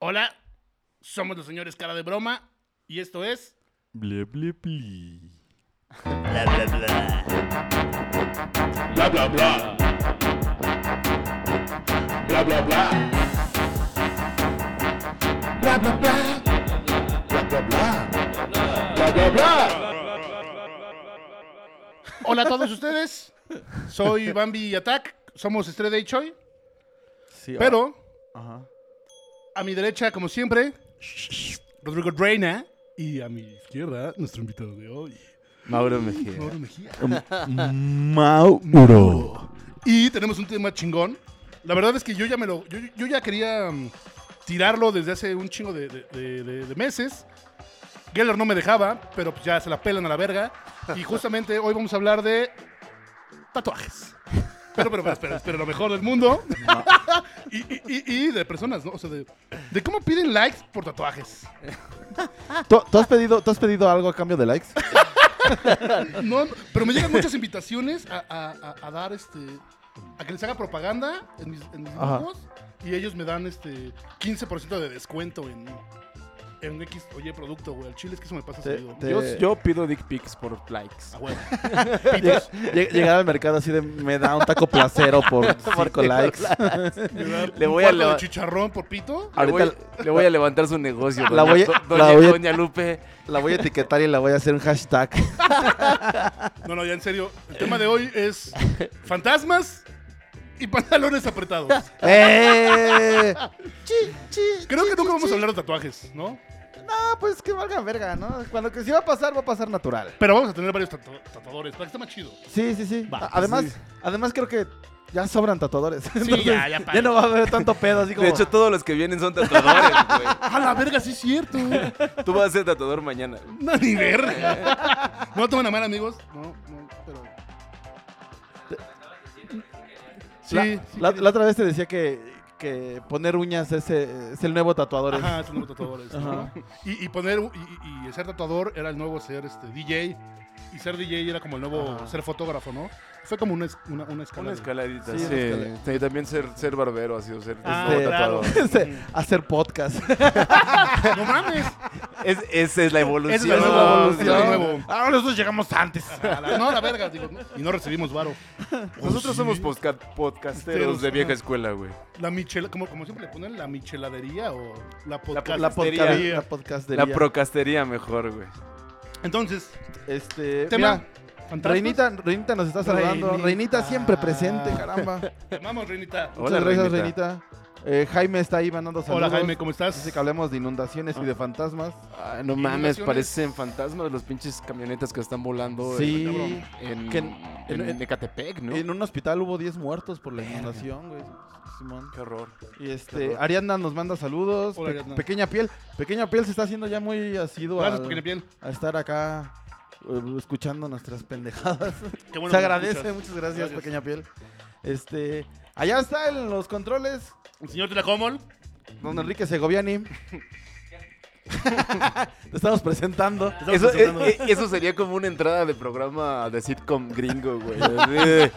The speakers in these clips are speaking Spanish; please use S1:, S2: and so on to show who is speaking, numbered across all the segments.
S1: Hola, somos los señores Cara de Broma y esto es.
S2: Ble, ble, ble.
S3: Bla, bla, bla.
S4: Bla bla bla. Bla bla bla. Bla bla bla. Bla bla bla. Bla bla bla.
S1: Hola a todos ustedes. Soy Bambi Attack. Somos Estrella y Choi.
S2: Sí, ah,
S1: Pero
S2: Ajá.
S1: a mi derecha, como siempre, Rodrigo Reina. Y a mi izquierda, nuestro invitado de hoy,
S2: Mauro Mejía.
S1: Mauro Mejía.
S2: Mauro.
S1: Y tenemos un tema chingón. La verdad es que yo ya me lo. Yo, yo ya quería mm, tirarlo desde hace un chingo de, de- de- de- de meses. Geller no me dejaba, pero pues ya se la pelan a la verga. Y justamente hoy vamos a hablar de tatuajes. Pero, pero, pero, espera, espera, lo mejor del mundo. y, y- y- y de personas, ¿no? O sea, de, de cómo piden likes por tatuajes.
S2: ¿Tú, tú has pedido, ¿Tú has pedido algo a cambio de likes?
S1: No, no, pero me llegan muchas invitaciones a, a- a- a dar este. a que les haga propaganda en mis, en mis
S2: Ajá.
S1: dibujos. Y ellos me dan este 15% de descuento en. En X, oye, producto, güey. Al chile es que eso me pasa
S2: Te-
S1: seguido.
S2: te-
S5: Yo, yo pido dick pics por likes.
S1: A huevo.
S2: Lleg- lleg- Llegar al mercado así de me da un taco placero por 5 likes.
S1: Me da
S5: Le
S1: un
S5: voy a
S1: cuarto de
S5: lo-
S1: chicharrón por pito.
S5: Le voy,
S2: Ahorita-
S5: le voy a levantar su negocio.
S2: La
S5: doña,
S2: voy a-
S5: do-
S2: la
S5: doña-
S2: voy a-
S5: doña Lupe.
S2: La voy a etiquetar y la voy a hacer un hashtag.
S1: No, no, ya en serio. El tema de hoy es fantasmas y pantalones apretados.
S2: ¡Eh!
S1: Creo que nunca vamos a hablar de tatuajes, ¿no?
S2: No, pues que valga verga, ¿no? Cuando que si va a pasar, va a pasar natural.
S1: Pero vamos a tener varios tatu- tatuadores. Para que esté más chido.
S2: Sí, sí, sí.
S1: Va,
S2: A- además, además creo que ya sobran tatuadores. Entonces,
S1: ya, ya para.
S2: no va a haber tanto pedo así como.
S5: De hecho, todos los que vienen son tatuadores, güey.
S1: ¡A la verga, sí es cierto!
S5: Tú vas a ser tatuador mañana.
S1: No, ni verga. No tomen a mal, amigos. No, no, pero. Sí,
S2: la,
S1: sí.
S2: la- la otra vez te decía que, que poner uñas es, eh, es el nuevo tatuador.
S1: Ajá, son nuevos tatuadores. ¿no?
S2: Ajá.
S1: Y, y poner y, y- y ser tatuador era el nuevo ser este DJ. Y ser DJ era como el nuevo
S2: Ajá.
S1: ser fotógrafo, ¿no? Fue como una, es- una, una escala.
S5: Una
S1: de-
S5: escaladita.
S2: Sí,
S5: Sí,
S2: una escalada.
S5: Sí, también ser, ser barbero ha sido ser
S1: Ah,
S5: ser
S1: claro.
S5: tatuador.
S2: este, Hacer podcast.
S1: ¡No mames!
S5: Es, esa es la evolución.
S1: Esa es la nueva evolución.
S5: ¿no?
S1: de nuevo.
S2: Ahora Ah, nosotros llegamos antes.
S1: A la- no, a la verga. digo, ¿no? y no recibimos varo.
S5: Nosotros somos posca- podcasteros de vieja escuela, güey.
S1: La michela, como, como siempre le ponen, la micheladería o la podcast.
S2: La, podca
S5: Podcastería.
S2: la podcastería.
S5: La procastería mejor, güey.
S1: Entonces,
S2: Este,
S1: tema.
S2: mira,
S1: fantasmas.
S2: Reinita, Reinita nos está saludando.
S1: Reinita. Ah.
S2: Reinita, siempre presente, caramba.
S1: Te amamos, Reinita.
S5: Hola,
S2: Muchas gracias,
S5: Reinita.
S2: Reinita. Eh, Jaime está ahí mandando Oh, saludos.
S1: Hola, Jaime, Ah. ¿cómo estás?
S2: Dice que hablemos de inundaciones y de fantasmas.
S5: Ay, Ah, no
S1: Iluminaciones.
S5: mames, parecen fantasmas los pinches camionetas que están volando
S2: Sí.
S5: en, en,
S2: Que en-
S5: en,
S2: en-
S5: Ecatepec, ¿no?
S2: En un hospital hubo 10 muertos por la inundación, güey. Simón.
S5: Qué horror.
S2: Y este, Ariadna nos manda saludos.
S1: Hola,
S2: Pe-
S1: Ariadna.
S2: pequeña piel. Pequeña piel se está haciendo ya muy asiduo
S1: Gracias,
S2: al-
S1: pequeña piel.
S2: a estar acá eh, escuchando nuestras pendejadas.
S1: Qué bueno
S2: se
S1: que nos
S2: agradece,
S1: escuchas.
S2: muchas gracias,
S1: Gracias.
S2: pequeña piel. Este, allá está en los controles,
S1: El señor Tlacomol.
S2: don Enrique Segoviani. Te estamos presentando.
S5: Eso,
S1: presentando.
S5: eh, eh, eso sería como una entrada de programa de sitcom gringo, güey. Así de-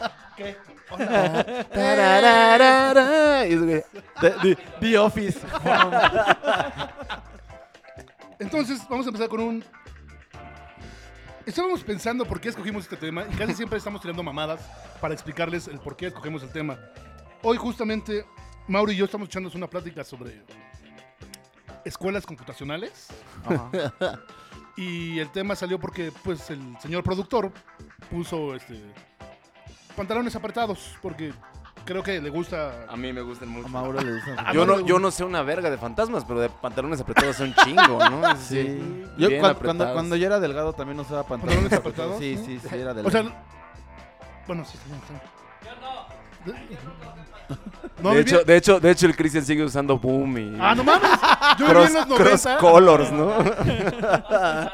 S5: Tarararara. Y es, güey,
S2: The, The- The Office.
S1: Entonces, vamos a empezar con un. Estábamos pensando por qué escogimos este tema y casi siempre estamos tirando mamadas para explicarles el por qué escogemos el tema. Hoy, justamente, Mauro y yo estamos echándonos una plática sobre escuelas computacionales y el tema salió porque, pues, el señor productor puso este pantalones apretados porque creo que le gusta
S5: a mí me gustan
S2: A
S5: mucho.
S2: Mauro le gustan.
S1: A
S5: Yo
S1: Mauro
S5: no,
S1: le
S5: yo
S1: gusta.
S5: no sé una verga de fantasmas, pero de pantalones apretados son chingo, ¿no?
S2: Sí. Yo
S5: Yo
S2: cuan- cuando, cuando yo era delgado también usaba pantalones.
S1: ¿Pantalones apretados?
S2: Sí, sí, sí, era delgado.
S1: O sea, bueno, sí, sí, sí. Yo no.
S5: de,
S1: viví-
S5: hecho, de, hecho, de hecho, el Christian sigue usando boom y
S1: Ah, no mames. Yo viví
S5: cross,
S1: en los
S5: cross
S1: 90.
S5: colors, ¿no?
S2: Trae-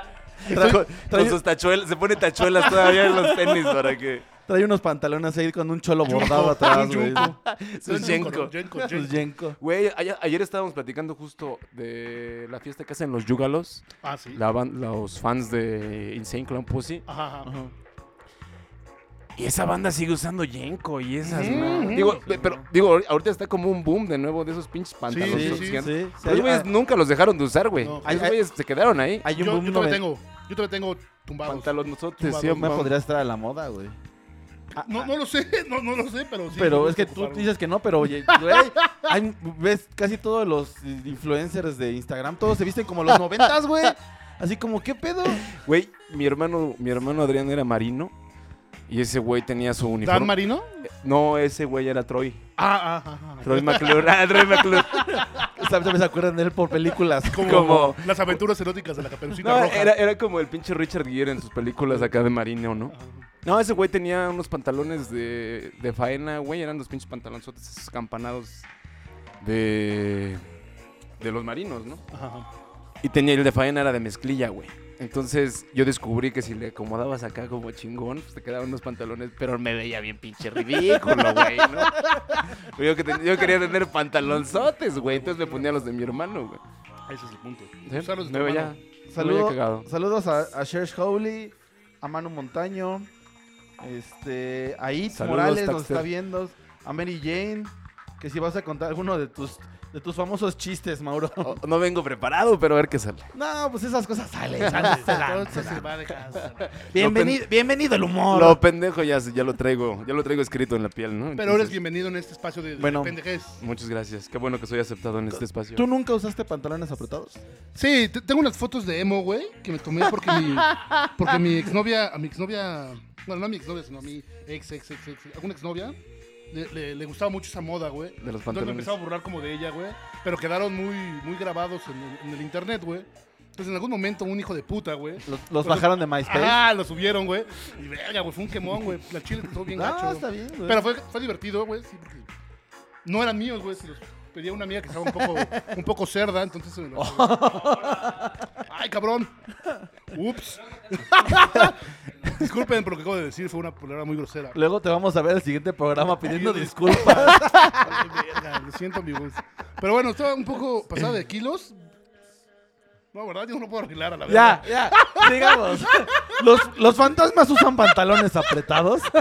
S5: Con-
S2: trae-
S5: con sus tachuelas, se pone tachuelas todavía en los tenis para que
S2: Trae unos pantalones ahí con un cholo
S1: Yunco,
S2: bordado atrás,
S1: un
S2: güey.
S1: yunco.
S5: sus yenko.
S1: Yenko,
S2: Sus
S1: yenko.
S2: yenko.
S5: Güey, ayer, ayer estábamos platicando justo de la fiesta que hacen los Yugalos,
S1: Ah, sí.
S5: la ban- los fans de Insane Clown Pussy.
S1: Ajá, ajá.
S5: Y esa banda sigue usando Yenko y esas,
S1: Sí,
S5: madres.
S1: sí.
S5: Digo, pe- pero, digo, ahor- ahorita está como un boom de nuevo de esos pinches pantalones.
S1: sí,
S5: esos
S1: sí, Ah,
S5: que-
S2: sí.
S5: Los
S2: Sí, hay-
S5: güeyes
S2: hay-
S5: nunca los dejaron de usar, güey.
S1: No.
S5: Los güeyes se quedaron ahí.
S2: Hay
S1: Yo,
S2: un
S1: yo
S2: boom
S1: todavía
S2: noven-
S1: tengo. Yo todavía tengo tumbados.
S5: Pantalonosotes,
S1: Tumbados.
S5: sí,
S1: No
S2: Me
S5: mamá.
S2: podría estar a la moda, güey.
S1: Ah,
S5: Ah.
S1: No, no lo sé, no, no lo sé, pero sí. me
S2: Pero
S1: gusta
S2: es que tú
S1: ocuparlo.
S2: dices que no, pero oye, güey, hay- ves casi todos los influencers de Instagram, todos se visten como los noventas, güey. Así como, ¿qué pedo?
S5: Güey, mi hermano, mi hermano Adrián era marino. Y ese güey tenía su uniforme.
S1: ¿Dan Marino?
S5: no, ese güey era Troy.
S1: Ah, ah, ah, ah.
S5: Troy McClure. Ah, Troy McClure.
S2: ¿Sabes? ¿Se acuerdan de él por películas?
S1: Como,
S5: Como-
S1: las aventuras eróticas de la caperucita
S5: No,
S1: roja.
S5: era, era como el pinche Richard Gere en sus películas acá de marino, ¿no? No, ese güey tenía unos pantalones de, de faena, güey. Eran los pinches pantalonzotes esos campanados de, de los marinos, ¿no?
S1: Ajá.
S5: Y tenía el de faena era de mezclilla, güey. Entonces yo descubrí que si le acomodabas acá como chingón, pues te quedaban unos pantalones, pero me veía bien pinche ridículo, güey, ¿no? Yo, que ten- yo quería tener pantalonzotes, güey. Entonces me ponía los de mi hermano, güey.
S1: Ese es el punto.
S5: ¿Sí?
S1: Usar los de
S5: Me
S1: tu
S5: veía-
S1: hermano.
S5: me veía
S2: Saludo-
S5: cagado.
S2: saludos a, a Serge Howley, a Manu Montaño, este, a It
S5: Saludos,
S2: Morales nos
S5: Taxter.
S2: está viendo, a Mary Jane, que si vas a contar alguno de tus, de tus famosos chistes, Mauro.
S5: Oh, no vengo preparado, pero a ver qué sale.
S2: No, pues esas cosas salen. salen, se dan,
S1: Entonces
S2: se
S1: se
S2: dan.
S1: va a dejar.
S2: Bienvenido, bienvenido el humor.
S5: Lo pendejo ya, se- ya lo traigo, ya lo traigo escrito en la piel, ¿no?
S1: Pero eres
S5: Entonces,
S1: bienvenido en este espacio de, de
S2: Bueno.
S1: pendejez.
S5: Muchas gracias. Qué bueno que soy aceptado en este espacio.
S2: ¿Tú nunca usaste pantalones apretados?
S1: Sí, te- tengo unas fotos de emo, güey, que me tomé porque mi, porque mi exnovia, a mi exnovia, bueno, no a mi exnovia, sino a mi ex, ex, ex, ex, alguna exnovia, le, le, le gustaba mucho esa moda, güey.
S5: De los
S1: Entonces me
S5: pantalones.
S1: empezaba a burlar como de ella, güey. Pero quedaron muy, muy grabados en el, en el internet, güey. Entonces en algún momento un hijo de puta, güey.
S2: Los, los bajaron de MySpace.
S1: Ah, lo subieron, güey. Y verga, güey, fue un quemón, güey. La chile estuvo bien gacho.
S2: no,
S1: güey.
S2: está bien, güey.
S1: Pero fue, fue divertido, güey. sí, porque no eran míos, güey. Se los pedí a una amiga que estaba un poco, un poco cerda, entonces se me los-
S2: Oh.
S1: ¡Ay, cabrón! ¡Ups! Disculpen por lo que acabo de decir, fue una palabra muy grosera.
S2: Luego te vamos a ver el siguiente programa pidiendo disculpas.
S1: Ay, verga, lo siento, amigos. Pero bueno, estaba un poco pasada de kilos. No, ¿verdad? Yo no puedo arreglar a la
S2: ya,
S1: verdad.
S2: ya. Digamos. Los, los fantasmas usan pantalones apretados.
S1: Soy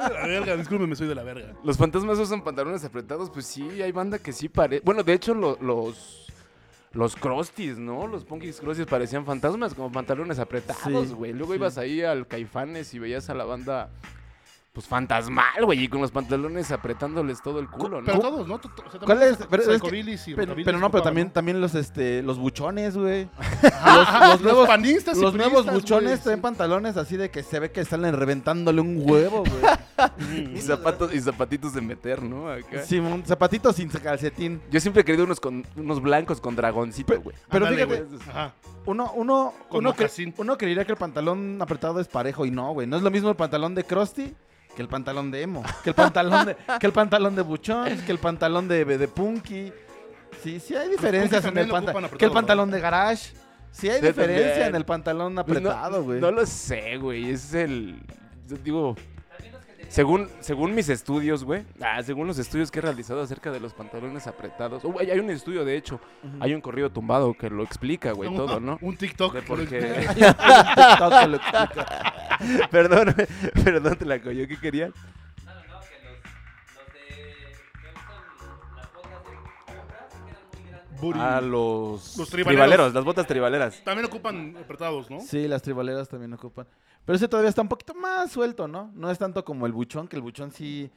S1: de la verga, discúlpenme, soy de la verga.
S5: Los fantasmas usan pantalones apretados, pues sí, hay banda que sí parece. Bueno, de hecho, lo- los. Los crostis, ¿no? Los punkis crostis parecían fantasmas como pantalones apretados,
S2: Sí,
S5: güey. Luego
S2: sí.
S5: ibas ahí al Caifanes y veías a la banda, pues fantasmal, güey, y con los pantalones apretándoles todo el culo, ¿no?
S1: Pero todos, ¿no? O sea, también
S2: ¿Cuál es? Pero es que-
S1: Psychobilis y
S2: Pero,
S1: rockabilly
S2: pero no, pero
S1: ocupaban,
S2: también, también los este los buchones, güey.
S1: Ajá,
S2: los nuevos-
S1: panistas y
S2: Los nuevos
S1: puristas,
S2: buchones
S1: güey,
S2: traen pantalones así de que se ve que salen reventándole un huevo, güey.
S5: Y, zapatos, y zapatitos de meter, ¿no? Acá.
S2: Simón, zapatitos sin calcetín.
S5: Yo siempre he querido unos, con, unos blancos con dragoncito, güey.
S2: Pero
S1: Ándale,
S2: fíjate,
S1: güey. Ajá.
S2: Uno, uno,
S1: Con
S2: uno, cre-
S1: mocasín.
S2: uno creería que el pantalón apretado es parejo y no, güey. No es lo mismo el pantalón de Krusty que el pantalón de Emo. Que el pantalón de, que el pantalón de Buchón, que el pantalón de, de Punky. Sí, sí hay diferencias en
S1: Punkys también
S2: el
S1: lo ocupan
S2: pantalón. Que el
S1: apretado,
S2: pantalón de Garage. Sí hay
S5: Sí,
S2: diferencia
S5: también.
S2: en el pantalón
S5: Pues no-
S2: apretado, güey.
S5: No, lo sé, güey. Ese es el. yo digo. Según, según mis estudios, güey. ah, según los estudios que he realizado acerca de los pantalones apretados. Oh, güey, hay un estudio, de hecho. Hay un corrido tumbado que lo explica, güey,
S1: Un-
S5: todo, ¿no?
S1: Un TikTok.
S5: De
S1: que
S5: por
S1: lo-
S5: qué-
S2: TikTok que lo explica.
S5: perdón, perdón, te la coño. ¿Qué querías?
S6: No, no, no, que los, los de. que usan las botas de compra se quedan muy grandes.
S1: Booty.
S5: A los,
S1: Los tribaleros.
S5: tribaleros. las botas tribaleras.
S1: También ocupan apretados, ¿no?
S2: Sí, las tribaleras también ocupan. Pero ese todavía está un poquito más suelto, ¿no? No es tanto como el buchón, que el buchón sí,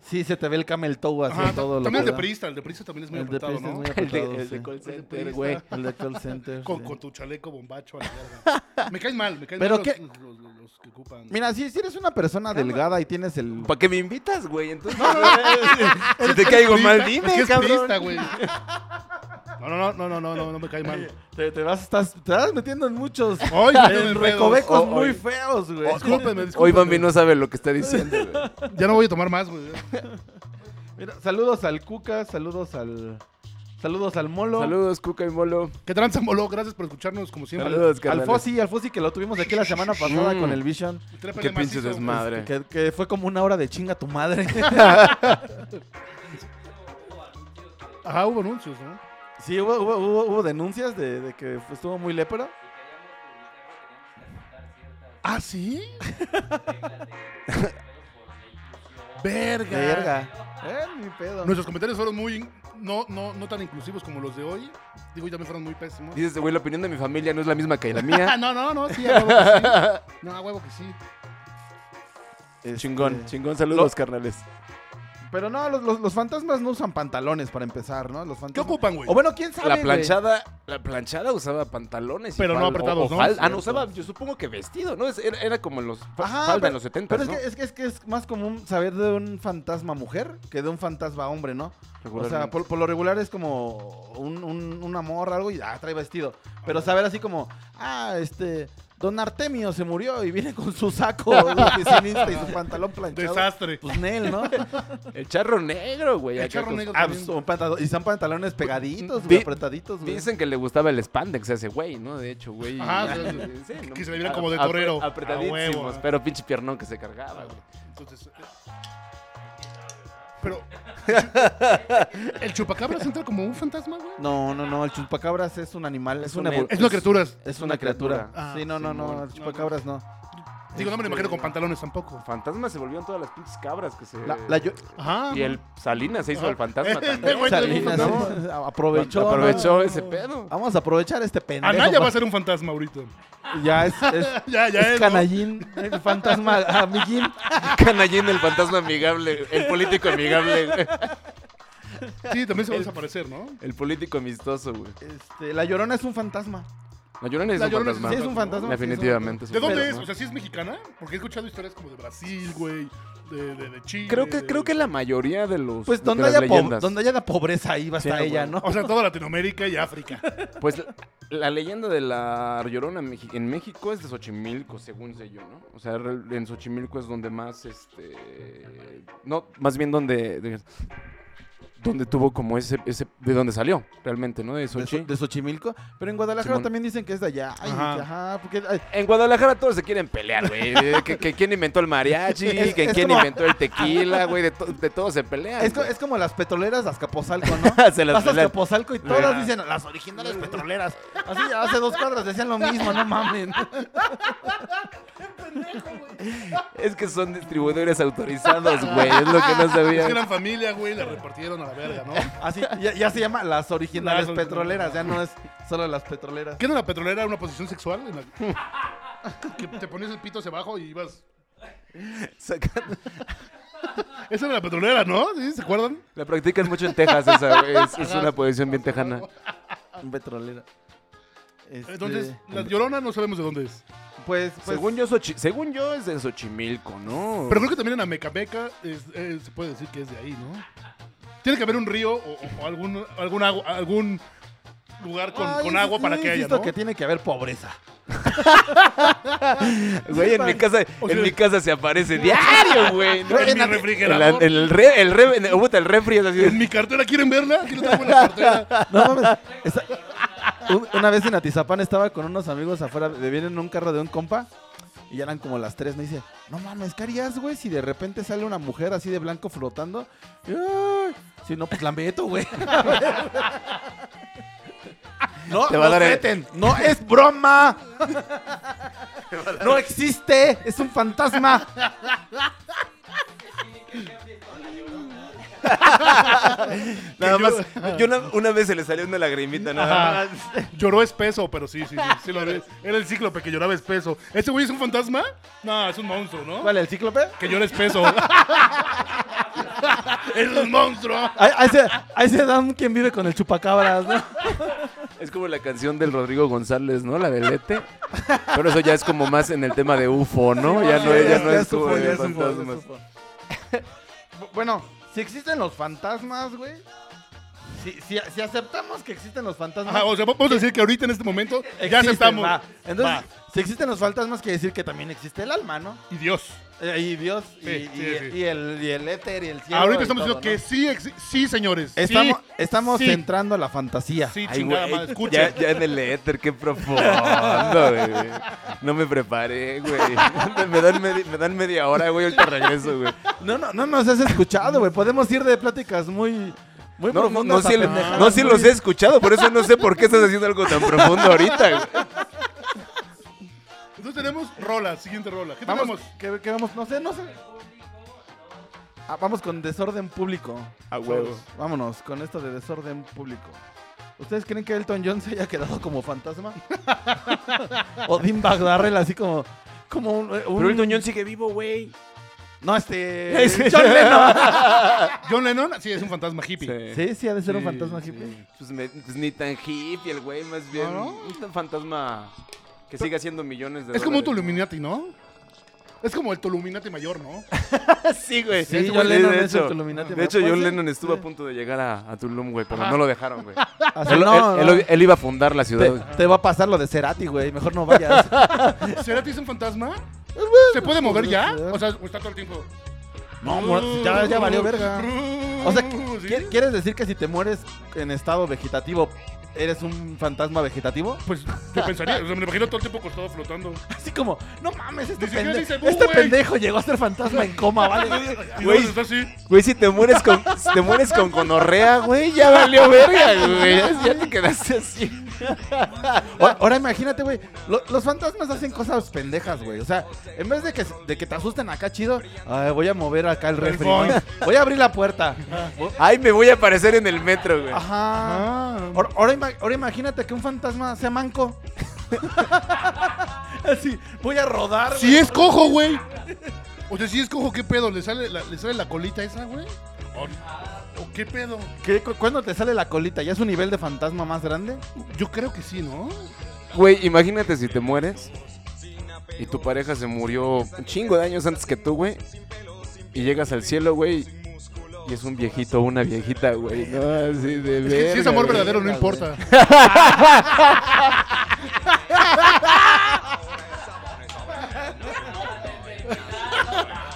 S2: sí se te ve el camel toe así
S1: Ajá,
S2: todo lo
S1: también el
S2: que
S1: de
S2: da.
S1: Prista, el de Prista también es muy
S2: El de
S1: apretado,
S2: Priest es
S1: ¿no?
S2: muy
S5: El de,
S2: apretado,
S5: el de
S2: sí.
S5: call
S1: de
S5: center,
S1: turista.
S5: güey.
S2: El de call center.
S1: Con,
S2: sí.
S1: con tu chaleco bombacho a la verga. Me caen mal, me caen
S2: Pero
S1: mal
S2: qué-
S1: los, los- los- los que ocupan.
S2: Mira, si, si eres una persona delgada y tienes el...
S5: ¿Para qué me invitas, güey? Entonces, si te caigo mal,
S1: Prista,
S5: dime,
S1: es que es
S5: cabrón.
S1: Prista, güey. No, no, no, no, no, no, no, no me cae mal.
S2: Te, te vas, estás, te vas metiendo en muchos...
S1: Hoy
S2: en recovecos
S5: Oh,
S2: muy
S5: oh.
S2: feos, güey.
S1: Discúlpeme, discúlpeme.
S5: Hoy Bambi no sabe lo que está diciendo, güey.
S1: Ya no voy a tomar más, güey.
S2: Mira, saludos al Cuca, saludos al... Saludos al Molo.
S5: Saludos, Cuca y Molo.
S1: Que tranza, Molo. Gracias por escucharnos, como siempre.
S5: Saludos,
S2: Al
S5: carnales.
S2: Fossi, al Fossi que lo tuvimos aquí la semana pasada
S5: Mm.
S2: con el Vision.
S1: Trépale
S5: Qué pinche
S1: macizo.
S5: desmadre.
S2: Que, que fue como una hora de chinga tu madre.
S1: Ajá, hubo anuncios, ¿no?
S2: sí, hubo, hubo- hubo- hubo denuncias de, de que estuvo muy lépero.
S1: ¿Ah, sí? Verga.
S2: Verga. Eh, ni pedo.
S1: Nuestros comentarios fueron muy. No, no, no tan inclusivos como los de hoy. Digo, ya me fueron muy pésimos.
S5: Dices, güey, la opinión de mi familia no es la misma que la
S1: Ah,
S5: mía.
S1: no, no, no, sí, a huevo que sí. No, a huevo que sí.
S2: Este,
S5: Chingón, chingón. Saludos, carnales.
S2: Pero no, los, los- los fantasmas no usan pantalones para empezar, ¿no? Los fantasmas...
S1: ¿Qué ocupan, güey?
S2: O bueno, quién sabe.
S5: La
S2: güey?
S5: planchada, la planchada usaba pantalones. y
S1: Pero no
S5: fal-
S1: apretados,
S5: o- o
S1: ¿no?
S5: fal- Ah, no,
S1: Cierto.
S5: usaba, yo supongo que vestido, ¿no? Es- Era, era como en los. fa-
S2: Ajá,
S5: falda
S2: pero-
S5: en los 70,
S2: Pero es
S5: ¿no?
S2: que, es, que, es que es más común saber de un fantasma mujer que de un fantasma hombre, ¿no? O sea,
S5: Regularmente.
S2: por, por lo regular es como un, un, una morra, algo y ah, trae vestido. Pero saber así como, ah, este, don Artemio se murió y viene con su saco de oficinista y su pantalón planchado.
S1: Desastre.
S2: Pues Nel, ¿no?
S5: El charro negro, güey.
S1: El
S5: acá
S1: charro
S5: con-
S1: negro
S2: Ah,
S1: también.
S2: son pantalo- y son pantalones pegaditos,
S5: Di-
S2: güey, apretaditos, güey.
S5: Dicen que le gustaba el spandex a ese güey, ¿no? De hecho, güey.
S1: Ajá, sí,
S5: Sí, ¿no?
S1: que se le viera
S5: A-
S1: como de
S5: apre-
S1: torero. A
S5: Apretadísimos,
S1: huevo, ah.
S5: pero pinche piernón que se cargaba, güey.
S1: Entonces. eh, Pero. ¿El chupacabras entra como un fantasma, güey?
S2: No, no, no, el chupacabras es un animal, es, una,
S5: un-
S2: evol-
S1: Es una criatura.
S2: es una criatura.
S1: criatura. Ah,
S2: sí, no, no,
S5: Simón.
S2: no, el chupacabras no.
S1: Digo, no me lo imagino con
S5: Este-
S1: pantalones tampoco.
S5: Fantasmas se volvieron todas las pinches cabras que se.
S2: La, la yo-
S1: Ajá.
S5: Y el Salinas se hizo
S1: Ajá.
S5: el fantasma también.
S1: Güey,
S2: Salinas,
S1: ¿no?
S2: sí, aprovechó. ¿no?
S5: Aprovechó ese pedo.
S2: Vamos a aprovechar este pendejo.
S1: Anaya va a
S2: pa-
S1: ser un fantasma ahorita.
S2: Ya es, es-
S1: Ya, ya
S2: es
S1: es. ¿no?
S2: canallín, el fantasma Ah, amiguín.
S5: Canallín, el fantasma amigable. El político amigable, güey.
S1: Sí, también se va a desaparecer, ¿no?
S5: El político amistoso, güey.
S2: Este, la llorona es un fantasma.
S5: La Llorona es
S1: La
S5: un
S1: Llorona
S5: fantasma.
S2: Sí, es un fantasma. sí, es un
S5: Definitivamente. es un
S1: ¿De dónde es?
S5: fantasma.
S1: O sea, ¿sí es mexicana? Porque he escuchado historias como de Brasil, güey. De, de, de Chile.
S5: creo que
S1: de-
S5: creo que la mayoría de los
S2: Pues
S5: de
S2: donde
S5: las
S2: haya, po-
S5: leyendas.
S2: donde haya la pobreza, ahí va a
S5: Sí,
S2: estar
S5: no,
S2: ella,
S5: güey.
S2: ¿no?
S1: O sea, toda Latinoamérica y África.
S5: Pues la, la leyenda de la Llorona en Meji- en México es de Xochimilco, según sé yo, ¿no? O sea, re- en Xochimilco es donde más este no, más bien donde de- donde tuvo como ese ese de donde salió realmente, ¿no? De
S2: De,
S5: Xochimilco.
S2: Xo- de Xochimilco. Pero en Guadalajara
S5: Simón.
S2: también dicen que es de allá. Ay,
S1: Ajá.
S2: ajá. porque ay,
S5: En Guadalajara todos se quieren pelear, güey. Eh, que, que quién inventó el mariachi,
S2: Es-
S5: que
S2: es
S5: quién
S2: como-
S5: inventó el tequila, güey. De, to- de todos se pelean.
S2: es, co-
S5: güey.
S2: es como las petroleras de Azcapotzalco, ¿no?
S5: Se las
S2: Vas a
S5: pelean.
S2: Azcapotzalco y todas dicen las originales petroleras. Así hace dos cuadras decían lo mismo, no mamen.
S5: Es que son distribuidores autorizados, güey. Es lo que no
S1: Es
S5: sabía.
S1: que eran familia, güey, la repartieron a la verga, ¿no?
S2: Así, Ah, ya, ya se llama las originales
S1: Las originales.
S2: petroleras, ya no es solo las petroleras.
S1: ¿Qué no la petrolera era una posición sexual? en la- que te ponías el pito hacia abajo y ibas.
S5: Sacan-
S1: Esa era la petrolera, ¿no? ¿Sí? ¿Se acuerdan?
S5: La practican mucho en Texas esa, güey. Es, es una posición bien tejana.
S1: Pues-
S2: Un petrolero. Este,
S1: Entonces, la llorona no sabemos de dónde es.
S2: pues, pues,
S5: Según yo, Xochi- según yo es de Xochimilco, ¿no?
S1: Pero creo que también en Amecameca es- eh, se puede decir que es de ahí, ¿no? Tiene que haber un río o, o algún, algún, agu- algún lugar con,
S2: Ay,
S1: con agua
S2: sí,
S1: para que haya,
S2: insisto
S1: ¿no?
S2: que tiene que haber pobreza.
S5: güey, en mi casa,
S1: O
S5: en
S1: sea-
S5: mi casa se aparece diario, güey. ¿no?
S1: En mi
S5: En la-
S1: refrigerador.
S5: en el re, el re, en- puta, el refri es así.
S1: En
S5: de-
S1: mi cartera, ¿quieren verla? Aquí la traigo en la cartera.
S2: No mames. esa- un- una vez en Atizapán estaba con unos amigos afuera, me vienen en un carro de un compa. Y ya eran como las tres, me dice, no mames, ¿qué harías, güey? Si de repente sale una mujer así de blanco flotando. Y, "Ay, si no, pues la meto, güey. No,
S5: Te va a
S2: no
S5: dar el-
S2: meten, no es broma. No existe, es un fantasma.
S5: Nada
S1: que
S5: más. Yo una, una vez se le salió una lagrimita, nada
S1: Ajá. Ah, Lloró espeso, pero sí, sí, sí, sí lo vi. Era el cíclope que lloraba espeso. ¿Este güey es un fantasma? No, es un monstruo, ¿no?
S2: ¿Cuál, el cíclope?
S1: Que llora espeso. es un monstruo.
S2: Ahí, ahí se, ahí se dan quien vive con el chupacabras, ¿no?
S5: más. Es como la canción del Rodrigo González, ¿no? La del Ete. Pero eso ya es como más en el tema de UFO, ¿no? Ya no, ya no
S2: Ya
S5: es como
S2: supo, ya
S5: de
S2: supo, ya
S5: fantasmas.
S2: supo. Bu- Bueno, si existen los fantasmas, güey. Si, si- si aceptamos que existen los fantasmas.
S1: Ajá, o sea, vamos a decir que ahorita en este momento Ah, ya
S2: existen,
S1: aceptamos.
S2: va. Entonces,
S1: Va.
S2: si existen los fantasmas, quiere decir que también existe el alma, ¿no?
S1: Y Dios.
S2: Eh, y Dios, y,
S1: Sí, sí,
S2: y-
S1: sí.
S2: y el, y el éter, y el cielo.
S1: ahorita
S2: y
S1: estamos
S2: todo,
S1: diciendo que
S2: ¿no?
S1: sí, exi- sí, señores. sí,
S2: Estamos, estamos
S1: sí,
S2: entrando a la fantasía.
S1: Sí,
S5: Ay,
S1: chingada
S5: güey,
S1: madre, escuchen.
S5: ya, ya en el éter, qué profundo, güey. No me preparé, güey. Me- Me dan, medi- me dan media hora, güey, ahorita regreso, güey.
S2: No, no, no nos has escuchado, güey. Podemos ir de pláticas muy. Muy
S5: No, no,
S2: profundas
S5: no,
S2: a
S5: sí,
S2: pendejadas,
S5: no sí
S2: muy-
S5: los he escuchado, por eso no sé por qué estás haciendo algo tan profundo ahorita, güey.
S1: Entonces tenemos rola, siguiente rola. ¿Qué
S2: Vamos,
S1: tenemos?
S2: que, que vamos, no sé, no sé. Ah, vamos con desorden público.
S5: A huevo.
S2: Vámonos con esto de desorden público. ¿Ustedes creen que Elton John se haya quedado como fantasma? o Dean Bagdarrell así como... Como un... eh, un-
S5: Pero Elton John sigue vivo, güey.
S2: No, este... John Lennon.
S1: John Lennon, sí, es un fantasma hippie.
S2: Sí, sí, ha de ser un
S1: Sí,
S2: fantasma
S1: sí.
S2: hippie. ¿Ah,
S5: Pues, me- pues ni tan hippie el güey, más bien.
S1: ¿No?
S5: Un fantasma que sigue haciendo millones de
S1: Es como un
S5: dólares.
S1: Toluminati, ¿no? Es como el Toluminati mayor, ¿no?
S5: sí, güey.
S2: Sí,
S5: Ese
S2: John
S5: güey,
S2: Lennon
S5: de
S2: es el
S5: hecho,
S2: Illuminati,
S5: De
S2: ¿me
S5: hecho,
S2: puede
S5: John
S2: ser?
S5: Lennon estuvo
S2: Sí.
S5: a punto de llegar a, a Tulum, güey, pero no lo dejaron, güey.
S2: Así,
S5: Él,
S2: no,
S5: él-
S2: no.
S5: él- él iba a fundar la ciudad. güey.
S2: Te, te va a pasar lo de Cerati, güey. Mejor no vayas.
S1: ¿Cerati es un fantasma?
S2: Eh,
S1: ¿Se puede mover ya? O sea, está todo el tiempo.
S2: No, mor- ya, ya valió verga. O sea, ¿qui-
S1: ¿sí?
S2: qui- ¿quieres decir que si te mueres en estado vegetativo, eres un fantasma vegetativo?
S1: Pues yo pensaría, o sea, me lo imagino todo el tiempo acostado flotando.
S2: Así como, no mames, este,
S1: Ni siquiera
S2: pende-
S1: dice bu,
S2: este
S1: güey.
S2: pendejo llegó a ser fantasma en coma, ¿vale?
S1: Y
S5: Güey.
S1: luego está así.
S5: Güey, si te mueres con, si te mueres con gonorrea, güey, ya valió verga, güey. Ya, ya te quedaste así.
S2: O- Ahora imagínate, güey, lo- los fantasmas hacen cosas pendejas, güey. O sea, en vez de que, de que te asusten acá chido, ay, voy a mover acá el refri, ¿no?
S1: phone.
S2: voy a abrir la puerta.
S5: Ay, me voy a aparecer en el metro, güey.
S2: Ajá.
S1: Ah,
S2: Ahora, ahora ima- ahora imagínate que un fantasma sea manco. Así, voy a rodar. güey.
S1: Si es cojo, güey. O sea, si es cojo, ¿qué pedo? ¿Le sale la, le sale la colita esa, güey? ¿O, o qué pedo?
S2: ¿Qué? ¿Cu- ¿Cuándo te sale la colita? ¿Ya es un nivel de fantasma más grande?
S1: Yo creo que sí, ¿no?
S5: Güey, imagínate si te mueres y tu pareja se murió un chingo de años antes que tú, güey. Y llegas al cielo, güey, y es un viejito o una viejita, güey. No, así de
S1: Es que si es
S5: verga,
S1: amor
S5: güey.
S1: verdadero, no importa.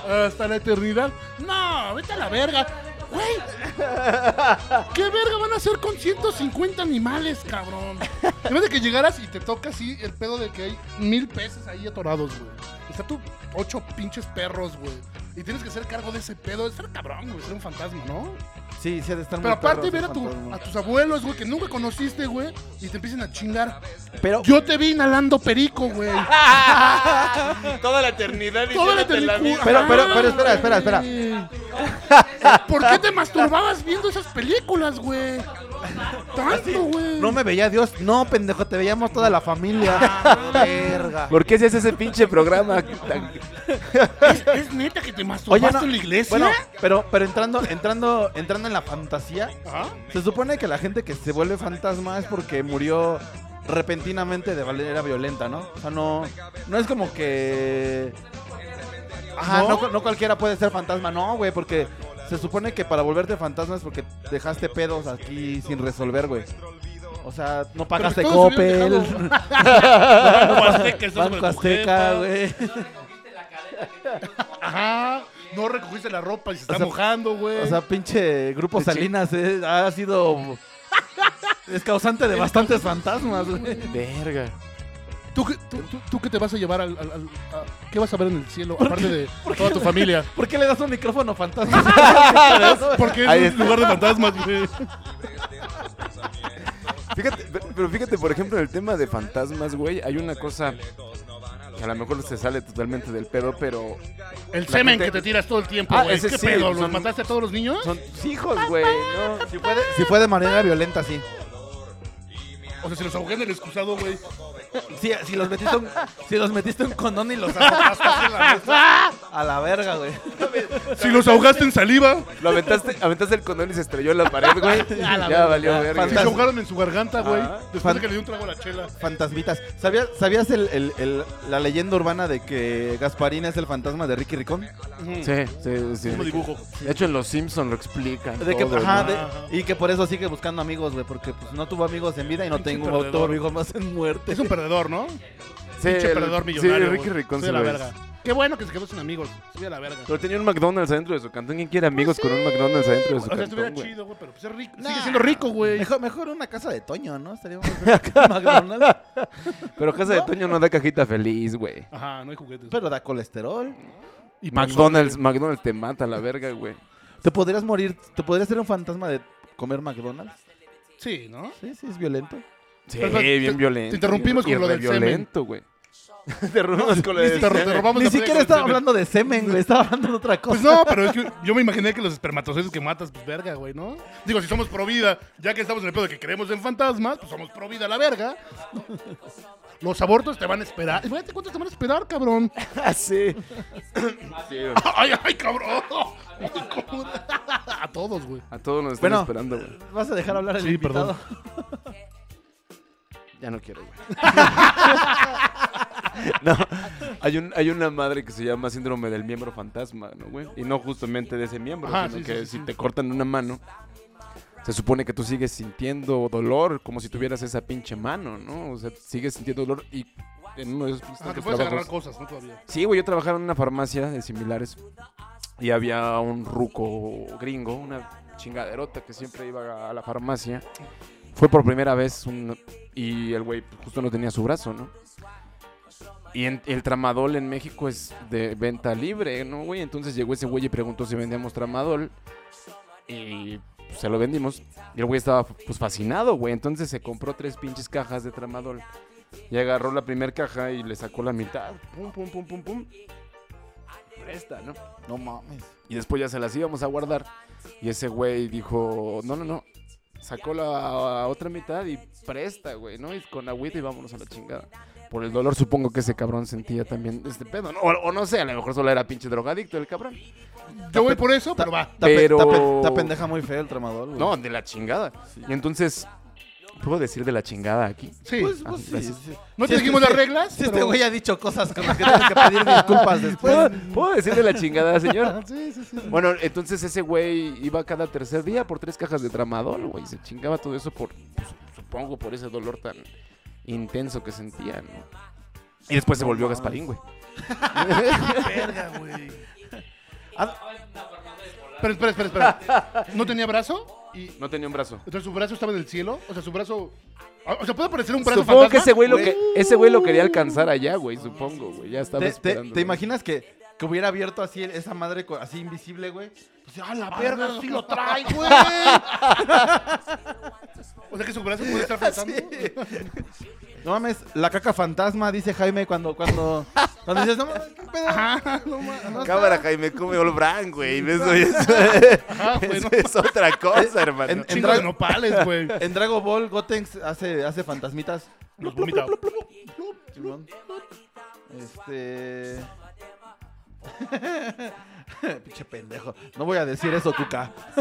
S1: Hasta la eternidad. No, vete a la verga. Güey, ¿qué verga van a hacer con 150 animales, cabrón? En vez de que llegaras y te toca así el pedo de que hay mil peces ahí atorados, güey. Está tú ocho pinches perros, güey. Y tienes que hacer cargo de ese pedo. Es ser cabrón, güey. Ser un fantasma, ¿no?
S2: Sí, sí, ha de estar
S1: Pero
S2: muy perro
S1: aparte
S2: ese
S1: ver a, tu-
S2: fantasma.
S1: a tus abuelos, güey, que nunca conociste, güey, y te empiecen a chingar.
S2: Pero,
S1: Yo te vi inhalando perico, güey.
S5: Toda la eternidad
S1: Toda la
S5: diciéndote
S1: película.
S5: misma.
S2: Pero- pero- pero espera, espera, espera.
S1: ¿Por qué te masturbabas viendo esas películas, güey? Tanto, güey.
S2: no me veía Dios. No, pendejo, te veíamos toda la familia.
S1: Ah,
S2: Verga.
S5: ¿Por qué haces ese pinche programa? tan-
S1: ¿Es, es neta que te masturbaste
S2: no,
S1: en la iglesia?
S2: Bueno, pero, pero entrando, entrando, entrando en la fantasía,
S1: Ah,
S2: se supone que la gente que se vuelve fantasma es porque murió repentinamente de manera violenta, ¿no? O sea, no, no es como que... Ajá, no,
S1: ¿No?
S2: cu- no cualquiera puede ser fantasma, no, güey, porque se supone que para volverte fantasma es porque dejaste pedos aquí sin resolver, güey. O sea, no pagaste
S1: todos hubieran
S2: Coppel,
S1: Banco Azteca, estás sobre
S2: Banco
S1: tu
S2: Azteca,
S1: jeta.
S2: güey.
S1: Ajá. No recogiste la ropa y se está
S2: sea,
S1: mojando, güey.
S2: O sea, pinche Grupo
S5: Te chi-
S2: Salinas eh, ha sido... Es causante de bastantes fantasmas, güey.
S5: Verga.
S1: ¿Tú, qué- tú, tú- tú qué te vas a llevar al... al- al- a- ¿Qué vas a ver en el cielo? Aparte de toda tu familia.
S2: ¿Por qué le das un micrófono fantasma?
S1: Porque es
S5: Ahí
S1: un
S5: está.
S1: lugar de fantasmas, güey.
S5: Fíjate, pe- pero fíjate, por ejemplo, en el tema de fantasmas, güey, hay una cosa que a lo mejor se sale totalmente del pedo, pero
S1: El
S5: La
S1: semen
S5: gente-
S1: que te tiras todo el tiempo,
S5: Ah,
S1: güey.
S5: ese
S1: ¿Qué
S5: sí,
S1: pedo? ¿Los
S5: son-
S1: mataste a todos los niños?
S5: son tus hijos, güey, ¿no?
S2: Si fue, de, si fue de manera violenta, sí.
S1: O sea, se los ahogué en el excusado, güey.
S2: Si, si, los metiste un, si los metiste un condón y los azotaste así en la mesa, A la verga, güey.
S1: Si los ahogaste en saliva.
S5: Lo aventaste, aventaste el condón y se estrelló en la pared, güey. Ya valió verga.
S1: Si se
S2: Fantas-
S1: ahogaron en su garganta, güey.
S5: Ah.
S1: Después de
S2: Fan-
S1: que le di un trago a la chela.
S2: Fantasmitas. ¿Sabías, sabías el- el- el- la leyenda urbana de que Gasparín es el fantasma de Ricky Ricón?
S5: Sí, sí, sí.
S1: Como dibujo.
S5: De hecho, en Los Simpsons lo explican.
S2: De que,
S5: todo,
S2: ajá,
S5: ¿no?
S2: de- y que por eso sigue buscando amigos, güey. Porque pues, no tuvo amigos en vida y no
S1: Pinche
S2: tengo
S1: perdedor.
S2: tuvo amigos más en muerte.
S1: Es un perdedor, ¿no?
S5: Sí,
S1: Pinche
S5: el-
S1: perdedor millonario.
S5: Sí, Ricky
S1: güey.
S5: Ricón
S1: Soy
S5: se
S1: la
S5: lo es.
S1: verga. Qué bueno que se quedó sin amigos. Soy a la verga.
S5: Pero tenía un McDonald's adentro de su cantón. ¿Quién quiere amigos con un McDonald's adentro de su
S1: O sea, estuviera
S5: cantón, güey?
S1: chido, güey, pero pues es rico.
S2: Nah.
S1: Sigue siendo rico, güey.
S2: Mejor, mejor una casa de Toño, ¿no? Estaría más verga que un McDonald's.
S5: Pero Casa de Toño no da cajita feliz, güey.
S1: Ajá, no hay juguetes.
S2: Pero da colesterol.
S1: Y
S5: McDonald's, McDonald's te mata la verga, güey.
S2: ¿Te podrías morir? ¿Te podrías ser un fantasma de comer McDonald's?
S1: Sí, ¿no?
S2: Sí, sí, es violento.
S5: Sí,
S1: Pero, pero,
S5: bien
S1: te-
S5: violento.
S1: te interrumpimos
S5: güey.
S1: con
S5: Y
S1: lo del
S5: reviolento, güey. Te robamos con lo de-
S1: Te ro- Este, te robamos
S2: Ni
S1: la
S2: siquiera
S1: playera.
S2: estaba hablando de semen, güey. Estaba hablando de otra
S1: Pues
S2: cosa.
S1: no, pero es que yo me imaginé que los espermatozoides que matas, pues verga, güey, ¿no? Digo, si somos pro vida, ya que estamos en el pedo de que creemos en fantasmas, pues somos pro vida a la verga. Los abortos te van a esperar. Imagínate cuántos te van a esperar, cabrón.
S5: Ah, sí. Sí, güey.
S1: ¡Ay, ay, cabrón! Ay, ¿cómo? A todos, güey.
S5: A todos nos están
S2: Bueno.
S5: esperando, güey.
S2: Vas a dejar hablar al
S1: Sí,
S2: invitado.
S5: Ya no quiero, güey. no, hay, un, hay una madre que se llama síndrome del miembro fantasma, ¿no, güey? Y no justamente de ese miembro,
S1: Ajá,
S5: sino
S1: sí,
S5: que
S1: sí, sí,
S5: si
S1: sí.
S5: te cortan una mano, se supone que tú sigues sintiendo dolor como si tuvieras esa pinche mano, ¿no? O sea, sigues sintiendo dolor y en uno de esos pinches
S1: Ah, que
S5: tantos
S1: puedes agarrar
S5: trabajos-
S1: cosas, ¿no? Todavía.
S5: Sí, güey, yo trabajaba en una farmacia de similares y había un ruco gringo, una chingaderota que siempre iba a la farmacia. Fue por primera vez un- y el güey justo no tenía su brazo, ¿no? Y en- el tramadol en México es de venta libre, ¿no, güey? Entonces llegó ese güey y preguntó si vendíamos tramadol y pues, se lo vendimos. Y el güey estaba pues fascinado, güey. Entonces se compró tres pinches cajas de tramadol. Y agarró la primera caja y le sacó la mitad. Pum, pum, pum, pum, pum. Presta, ¿no?
S2: No mames.
S5: Y después ya se las íbamos a guardar. Y ese güey dijo, no, no, no. Sacó la otra mitad y presta, güey, ¿no? Y con agüita y vámonos a la chingada. Por el dolor supongo que ese cabrón sentía también este pedo, ¿no? O, o no sé, a lo mejor solo era pinche drogadicto el cabrón.
S1: Yo voy por eso, pero va.
S2: Está pe-
S5: Pero-
S2: está pe- está pendeja muy feo el tramador, güey.
S5: No, de la chingada. Y entonces, ¿puedo decir de la chingada aquí?
S1: Sí. Ah,
S2: Pues, pues sí,
S5: gracias.
S2: sí.
S1: ¿No
S2: Sí,
S1: te dijimos las
S2: este-
S1: reglas?
S2: Sí, este
S1: Pero-
S2: güey ha dicho cosas con las que tienes que pedir disculpas
S5: ¿Puedo,
S2: después.
S5: ¿Puedo decir de la chingada, señor?
S1: Sí, sí, sí.
S5: Bueno, entonces ese güey iba cada tercer día por tres cajas de tramadol, güey. Se chingaba todo eso por, pues, supongo, por ese dolor tan intenso que sentía, ¿no? Y después se volvió Gasparín, güey.
S1: Verga, güey. Pero espera, espera, espera. ¿No tenía brazo? Y,
S5: No tenía un brazo.
S1: entonces su brazo estaba en el cielo. O sea, su brazo. ah, O sea, puede parecer un brazo
S5: Supongo que
S1: fantasma?
S5: ese güey lo, que, ese güey lo quería alcanzar allá, güey, supongo, güey. Ya estaba
S2: ¿Te, te-
S5: esperando.
S2: te
S5: güey.
S2: imaginas que, que hubiera abierto así el- esa madre co- así invisible, güey? Pues, ¡ah, la verga!
S1: Verga, sí lo trae, güey. o sea que su brazo puede estar flotando.
S2: No mames, la caca fantasma, dice Jaime cuando, cuando, cuando dices, no mames, qué pedo.
S1: Ajá, no mames. no,
S5: Cámara, Jaime, come All Brand, güey. Eso, eso-
S1: Ajá, güey.
S5: eso
S1: No,
S5: es otra cosa, hermano.
S2: En-
S1: chingo de nopales, güey.
S2: En Dragon Ball, Gotenks hace, hace fantasmitas.
S1: Los vomita.
S2: Simón. Este. Pinche pendejo. No voy a decir eso, Tuca.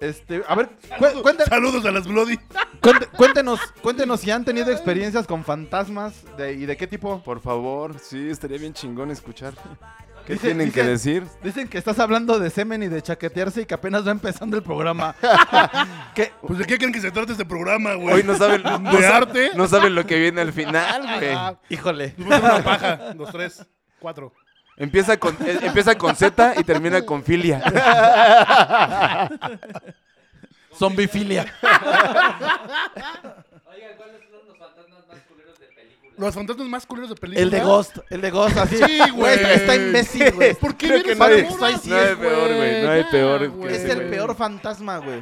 S2: Este, a ver, cu- cuenta-
S1: Saludos a las Bloody.
S2: cuente- cuéntenos, cuéntenos si han tenido experiencias con fantasmas de- y de qué tipo.
S5: Por favor, sí, estaría bien chingón escuchar. ¿Qué
S2: Dice-
S5: tienen que
S2: dice-
S5: decir?
S2: Dicen que estás hablando de semen y de chaquetearse y que apenas va empezando el programa. que
S1: Pues de qué quieren que se trate este programa, güey.
S5: Hoy no saben, no,
S1: de
S5: sa-
S1: arte.
S5: no saben lo que viene al final, güey.
S2: Híjole.
S1: Nos vamos a hacer una paja. Dos, tres, cuatro.
S5: Empieza con, eh, empieza con Z y termina con filia.
S2: Zombifilia.
S6: Oigan, ¿cuáles son los fantasmas más culeros de películas?
S1: Los fantasmas más culeros de película.
S2: El de Ghost. El de Ghost, así.
S1: Sí, güey.
S2: Está, está imbécil, güey.
S1: ¿Por qué
S5: Creo
S1: vienes
S5: que no
S1: a la
S5: hay-
S2: no hay
S1: hora?
S5: peor, güey, no hay
S1: Ya,
S5: peor que
S1: güey.
S5: ese,
S2: Es el peor fantasma, güey.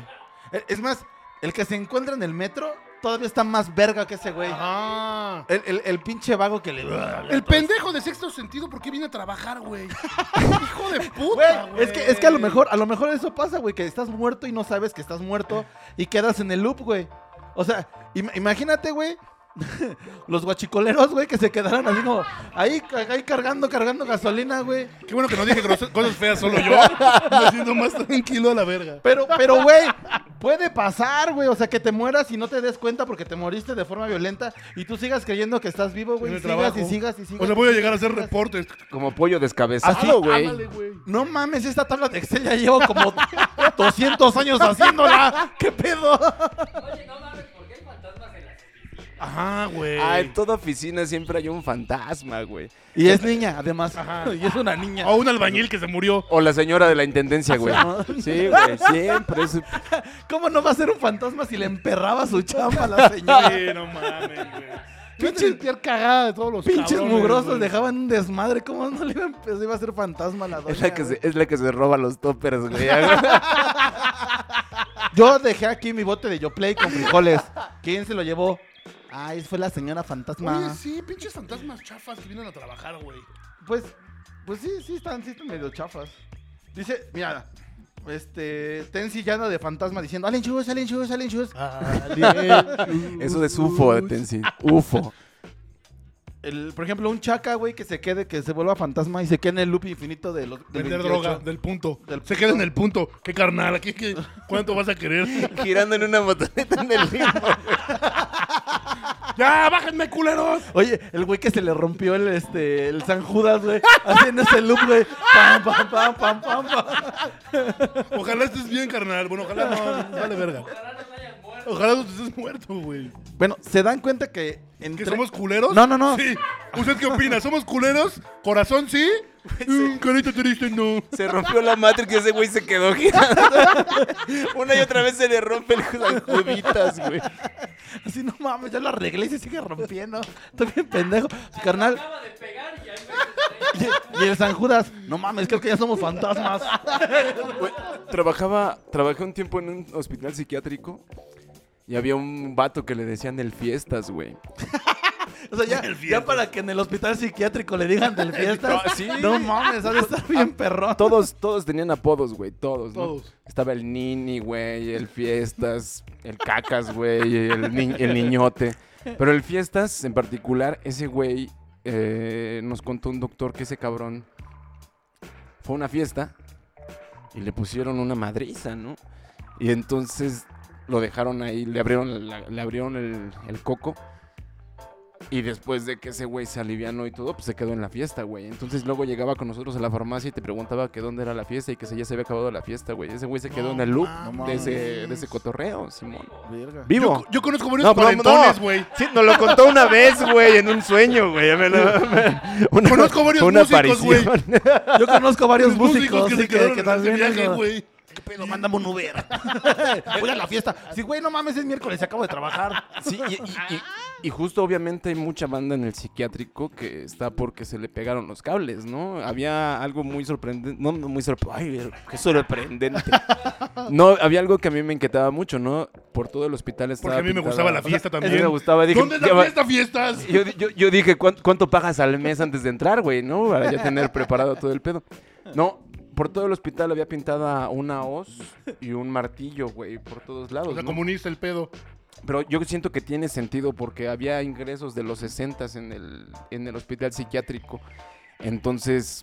S2: E- Es más, el que se encuentra en el metro todavía está más verga que ese güey.
S1: Ajá.
S2: El, el- el pinche vago que le.
S1: El pendejo de sexto sentido, ¿por qué viene a trabajar, güey? Hijo de puta,
S2: Güey,
S1: güey.
S2: es que, es que a lo mejor, a lo mejor eso pasa, güey, que estás muerto y no sabes que estás muerto y quedas en el loop, güey. O sea, im- imagínate, güey, los guachicoleros, güey, que se quedaron así como ahí, ca- ahí cargando, cargando gasolina, güey.
S1: Qué bueno que no dije groser- cosas feas solo yo. Me siento más tranquilo a la verga.
S2: Pero, pero, güey, puede pasar, güey. O sea, que te mueras y no te des cuenta porque te moriste de forma violenta y tú sigas creyendo que estás vivo,
S1: En
S2: güey. Y
S1: el
S2: sigas
S1: trabajo.
S2: y sigas y sigas.
S1: O sea, voy a llegar a hacer reportes.
S5: Como pollo descabezado, güey.
S2: No mames, esta tabla de Excel ya llevo como 200 años haciéndola. ¿Qué pedo?
S6: Oye, no mames, ¿por qué hay fantasmas en las oficinas?
S1: Ajá, güey.
S5: Ah, en toda oficina siempre hay un fantasma, güey.
S2: Y es niña, además.
S1: Ajá.
S2: Y es una niña.
S1: O un albañil que se murió.
S5: O la señora de la intendencia, güey. Sí, güey, siempre. es-
S2: ¿Cómo no va a ser un fantasma si le emperraba su chamba a la señora?
S1: Sí, no mames, güey.
S2: Pinches-
S1: Pinches cagada de todos los
S2: Pinches
S1: cabrones,
S2: mugrosos
S1: güey.
S2: dejaban un desmadre. ¿Cómo no le iba a, empe- se iba a ser fantasma a la doña?
S5: Es la, que
S2: güey?
S5: se, es la que se roba los toppers, güey.
S2: Yo dejé aquí mi bote de Yoplay con frijoles. ¿Quién se lo llevó? Ay, fue la señora fantasma.
S1: Oye, sí, pinches fantasmas chafas que vienen a trabajar, güey.
S2: Pues, pues sí, sí están, sí están medio chafas. Dice, mira, este, Tensi llano de fantasma diciendo, Alien Shoes, Alien Shoes, Alien Shoes.
S5: Eso es UFO, Tensi. UFO.
S2: El, por ejemplo, un chaca, güey, que se quede, que se vuelva fantasma y se quede en el loop infinito de los del
S1: Vender
S2: 28.
S1: droga del punto.
S2: Del
S1: Se queda en el punto. Qué carnal, aquí qué- ¿cuánto vas a querer?
S5: Girando en una motoneta en el río.
S1: ¡Ya, bájenme, culeros!
S2: Oye, el güey que se le rompió el, este, el San Judas, güey, haciendo ese loop, güey. Pam, pam, pam, pam, pam, pam.
S1: Ojalá estés bien, carnal. Bueno, ojalá no, vale verga.
S6: Ojalá no se hayan muerto.
S1: Ojalá tú estés muerto, güey.
S2: Bueno, ¿se dan cuenta que
S1: ¿Que
S2: entre...
S1: somos culeros?
S2: No, no, no.
S1: Sí. ¿Usted qué opina? ¿Somos culeros? ¿Corazón sí? Mm, carita triste, no.
S5: Se rompió la Matrix y ese güey se quedó girando. Una y otra vez se le rompe el las juditas, güey.
S2: Así, no mames, ya lo arreglé y se sigue rompiendo. Estoy bien pendejo. Carnal,
S6: Acaba de pegar y ahí me senté.
S2: Y el San Judas, no mames, creo que ya somos fantasmas.
S5: Güey, Trabajaba, trabajé un tiempo en un hospital psiquiátrico y había un vato que le decían el fiestas, güey.
S2: O sea, ya, ya para que en el hospital psiquiátrico le digan del fiesta.
S1: Ah,
S5: sí.
S2: No mames, ha de estar bien perrón.
S5: Todos, todos tenían apodos, güey, todos, ¿no?
S1: Todos.
S5: Estaba el Nini, güey, el Fiestas, el Cacas, güey, el, ni- el Niñote. Pero el Fiestas, en particular, ese güey, eh, nos contó un doctor que ese cabrón fue a una fiesta y le pusieron una madriza, ¿no? Y entonces lo dejaron ahí, le abrieron, la- le abrieron el, el coco. Y después de que ese güey se alivianó y todo, pues se quedó en la fiesta, güey. Entonces luego llegaba con nosotros a la farmacia y te preguntaba que dónde era la fiesta y que se ya se había acabado la fiesta, güey. Ese güey se quedó en el loop de, ese, de ese cotorreo, Simón.
S1: Yo,
S5: ¡Vivo!
S1: yo conozco varios
S5: No, pero no.
S1: cuarentones, güey.
S5: Sí, nos lo contó una vez, güey, en un sueño, güey. Ya me lo- me- una-
S1: Conozco varios
S5: una
S1: músicos, güey.
S5: aparición.
S2: Yo conozco varios
S1: Varios
S2: músicos
S1: que
S2: sí,
S1: se quedaron en ese
S2: también
S1: viaje,
S2: digo,
S1: güey.
S2: ¿Qué pedo? Mándame un Uber. Voy a la fiesta. Sí, güey, no mames, es miércoles, acabo de trabajar.
S5: Sí, y, y- y- y justo obviamente hay mucha banda en el psiquiátrico que está porque se le pegaron los cables, ¿no? Había algo muy sorprendente, no, no muy sorprendente, qué sorprendente. No, había algo que a mí me inquietaba mucho, ¿no? Por todo el hospital estaba
S1: Porque a mí me
S5: pintada-
S1: gustaba la fiesta
S5: A mí me
S1: también.
S5: gustaba, dije,
S1: ¿Dónde es
S5: ya
S1: la
S5: va-
S1: fiesta, fiestas?
S5: yo, yo- yo dije, "¿Cuán- ¿cuánto pagas al mes antes de entrar, güey? ¿No? Para ya tener preparado todo el pedo. No, por todo el hospital había pintada una hoz y un martillo, güey, por todos lados.
S1: O sea,
S5: ¿no?
S1: comunista el pedo.
S5: Pero yo siento que tiene sentido porque había ingresos de los 60 en el, en el hospital psiquiátrico. Entonces,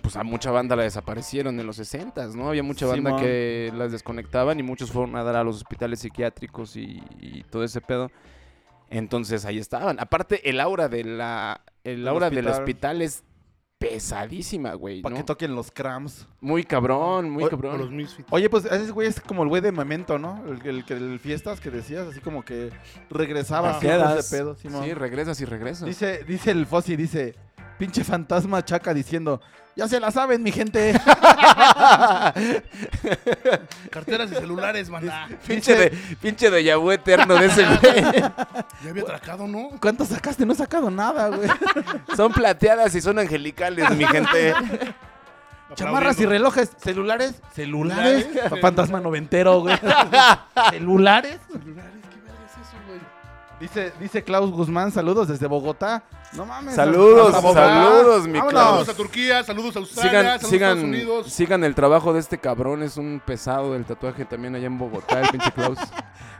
S5: pues a mucha banda la desaparecieron en los 60, ¿no? Había mucha banda
S2: Simón.
S5: que las desconectaban y muchos fueron a dar a los hospitales psiquiátricos y, y todo ese pedo. Entonces ahí estaban. Aparte, el aura de la. El aura del
S2: hospital.
S5: hospital es pesadísima, güey.
S2: Para
S5: ¿no?
S2: que toquen los crams.
S5: Muy cabrón, muy
S2: O-
S1: O
S5: cabrón.
S1: los misfits.
S2: Oye, pues ese güey es como el güey de Memento, ¿no? El que el, que- el fiestas que decías, así como que regresaba.
S1: Ah.
S5: Te
S2: siempre
S5: quedas.
S2: ese pedo, Simón.
S5: sí, regresas y regresas.
S2: Dice, dice el Fossi, dice, pinche fantasma chaca diciendo, ya se la saben, mi gente.
S1: Carteras y celulares, maná.
S5: Pinche de, pinche de vu eterno de ese güey.
S1: Ya había atracado, ¿no?
S2: ¿Cuánto sacaste? No he sacado nada, güey.
S5: Son plateadas y son angelicales, mi gente.
S2: Chamarras y
S1: Aplaudiendo.
S2: relojes, celulares, celulares. fantasma noventero, güey. ¿Celulares?
S1: Celulares, ¿Qué verga es eso, güey?
S2: Dice, dice Klaus Guzmán, saludos desde Bogotá. No mames.
S5: Saludos,
S2: hasta Bogotá.
S5: saludos, mi
S2: Vámonos.
S1: Saludos
S5: Klaus.
S1: a Turquía, saludos a Australia,
S5: Sigan,
S1: saludos a Estados
S5: sigan,
S1: Unidos.
S5: sigan el trabajo de este cabrón. Es un pesado del tatuaje también allá en Bogotá, el pinche Klaus.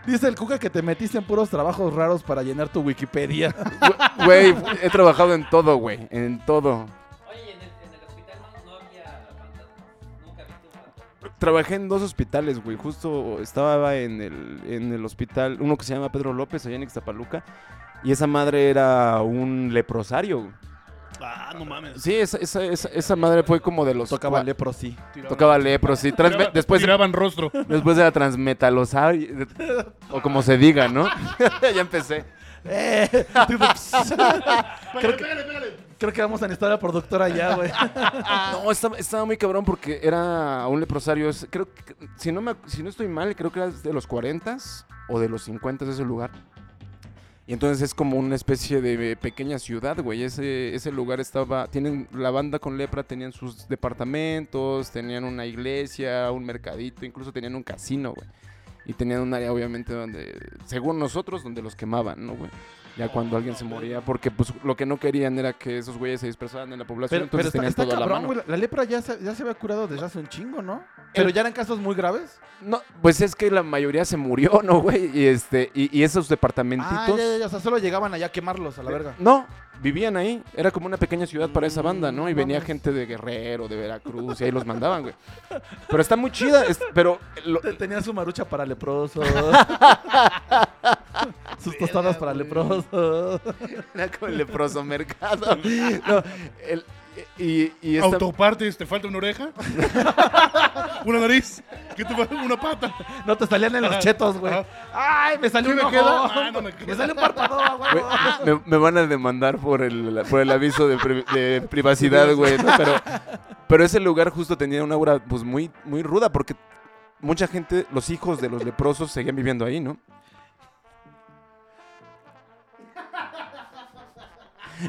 S2: Dice el Cuca que te metiste en puros trabajos raros para llenar tu Wikipedia.
S5: Gü- Güey, he trabajado en todo, güey. En todo.
S6: Oye, ¿y en el, en el hospital no, no había fantasmas. Nunca viste un fantasma.
S5: Trabajé en dos hospitales, güey. Justo estaba en el, en el hospital, uno que se llama Pedro López, allá en Ixtapaluca. Y esa madre era un leprosario. güey.
S1: Ah, no mames.
S5: Sí, esa, esa, esa, esa madre fue como de los...
S2: Tocaba
S5: cua-
S2: lepro, sí.
S1: Tiraban-
S5: Tocaba lepro, sí. Transme-
S1: tiraban-
S5: después,
S1: Tiraban rostro.
S5: después de la transmetalosaurio. O como se diga, ¿no? ya empecé.
S2: Eh,
S1: Pégale, pégale, pégale.
S2: creo que vamos a necesitar a la productora ya, güey.
S5: No, estaba, estaba muy cabrón porque era un leprosario. es- Creo que, si no, me ac- si no estoy mal, creo que era de los 40 o de los 50 de ese lugar. Y entonces es como una especie de pequeña ciudad, güey. Ese, ese lugar estaba. Tienen, la banda con lepra tenían sus departamentos, tenían una iglesia, un mercadito, incluso tenían un casino, güey. Y tenían un área, obviamente, donde, según nosotros, donde los quemaban, ¿no, güey? Ya cuando alguien se moría, porque pues lo que no querían era que esos güeyes se dispersaran en la población,
S2: Pero, pero
S5: entonces
S2: está,
S5: tenían
S2: está
S5: todo a la
S2: cabrón,
S5: mano.
S2: güey. La, la lepra ya se, ya se había curado desde hace un chingo, ¿no? Pero ya eran casos muy graves.
S5: No, pues es que la mayoría se murió, ¿no, güey? Y este, y, y esos
S2: Ah,
S5: departamentitos.
S2: ya, ya, ya, O sea, solo llegaban allá a quemarlos a la verga.
S5: No, vivían ahí. Era como una pequeña ciudad para esa banda, ¿no? Y
S2: Mm,
S5: venía
S2: mames.
S5: gente de Guerrero, de Veracruz, y ahí los mandaban, güey. Pero está muy chida. es- pero lo-
S2: Te- Tenía su marucha para leprosos. Sus tostadas para leprosos.
S5: era con el leproso mercado. No, el- y, y esta-
S1: Autopartes, ¿te falta una oreja? ¿Una nariz? ¿Qué te falta? ¿Una pata?
S2: No te salían en los chetos, güey.
S1: Ajá.
S2: ¡Ay, me
S1: ¿Sí
S2: salió un
S1: me
S2: ojo!
S1: queda? Ah, no me queda.
S2: salió un párpado, güey.
S5: Güey, me, me van a demandar por el, por el aviso de, pri- de privacidad, güey. ¿no? Pero, pero ese lugar justo tenía una aura pues, muy, muy ruda porque mucha gente, los hijos de los leprosos, seguían viviendo ahí, ¿no?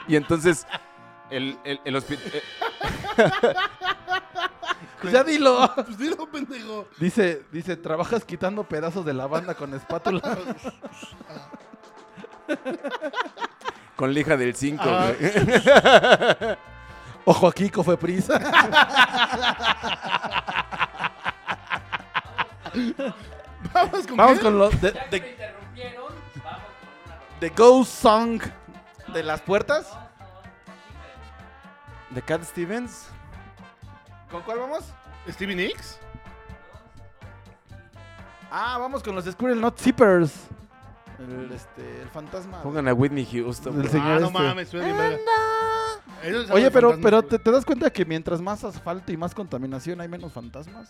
S5: Y entonces, el, el, eh, hospital...
S2: Pues ya dilo.
S1: Pues dilo, pendejo.
S2: Dice, dice, trabajas quitando pedazos de la banda con espátula.
S5: con lija del 5,
S1: Ah.
S2: Ojo aquí, fue prisa.
S1: Vamos con,
S2: Vamos
S1: qué?
S2: con los de,
S6: Ya que me
S2: de-
S6: interrumpieron, vamos con una rolita.
S2: de Ghost Song de las puertas.
S5: ¿De Cat Stevens?
S2: ¿Con cuál vamos?
S1: ¿Stevie Nicks?
S2: Ah, vamos con los de Squirrel Not Zippers. El, este, el fantasma.
S5: Pongan a Whitney Houston.
S2: El
S5: güey.
S2: señor
S1: Ah, no
S2: este.
S1: mames, suena bien
S5: Eh.
S1: verga. Eso es algo
S2: Oye,
S1: de
S2: pero,
S1: fantasmas,
S2: pero
S1: güey.
S2: te, te das cuenta que mientras más asfalto y más contaminación hay menos fantasmas?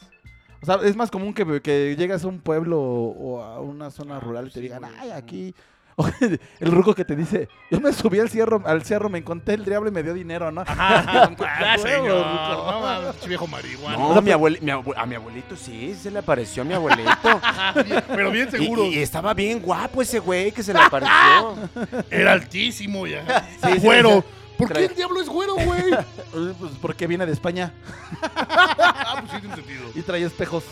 S2: O sea, es más común que, que llegas a un pueblo o a una
S1: Ah,
S2: zona rural
S1: pues
S2: y te digan, ay, aquí... O el ruco que te dice, yo me subí al cierro, al cerro, me encontré el diablo y me dio dinero, ¿no?
S1: Ah,
S2: Huevo,
S1: señor.
S2: ruco.
S1: No mames, pinche viejo marihuana.
S5: No, mi abueli- mi abue- a mi abuelito sí, se le apareció a mi abuelito.
S1: Bien, Pero bien seguro.
S5: Y, y estaba bien guapo ese güey que se le apareció.
S1: Era altísimo ya.
S5: Sí, sí,
S1: güero. ¿Por qué
S5: Trae-
S1: el diablo es güero, güey?
S2: Eh, Pues porque viene de España
S1: Ah, pues sí tiene sentido.
S2: y trae espejos.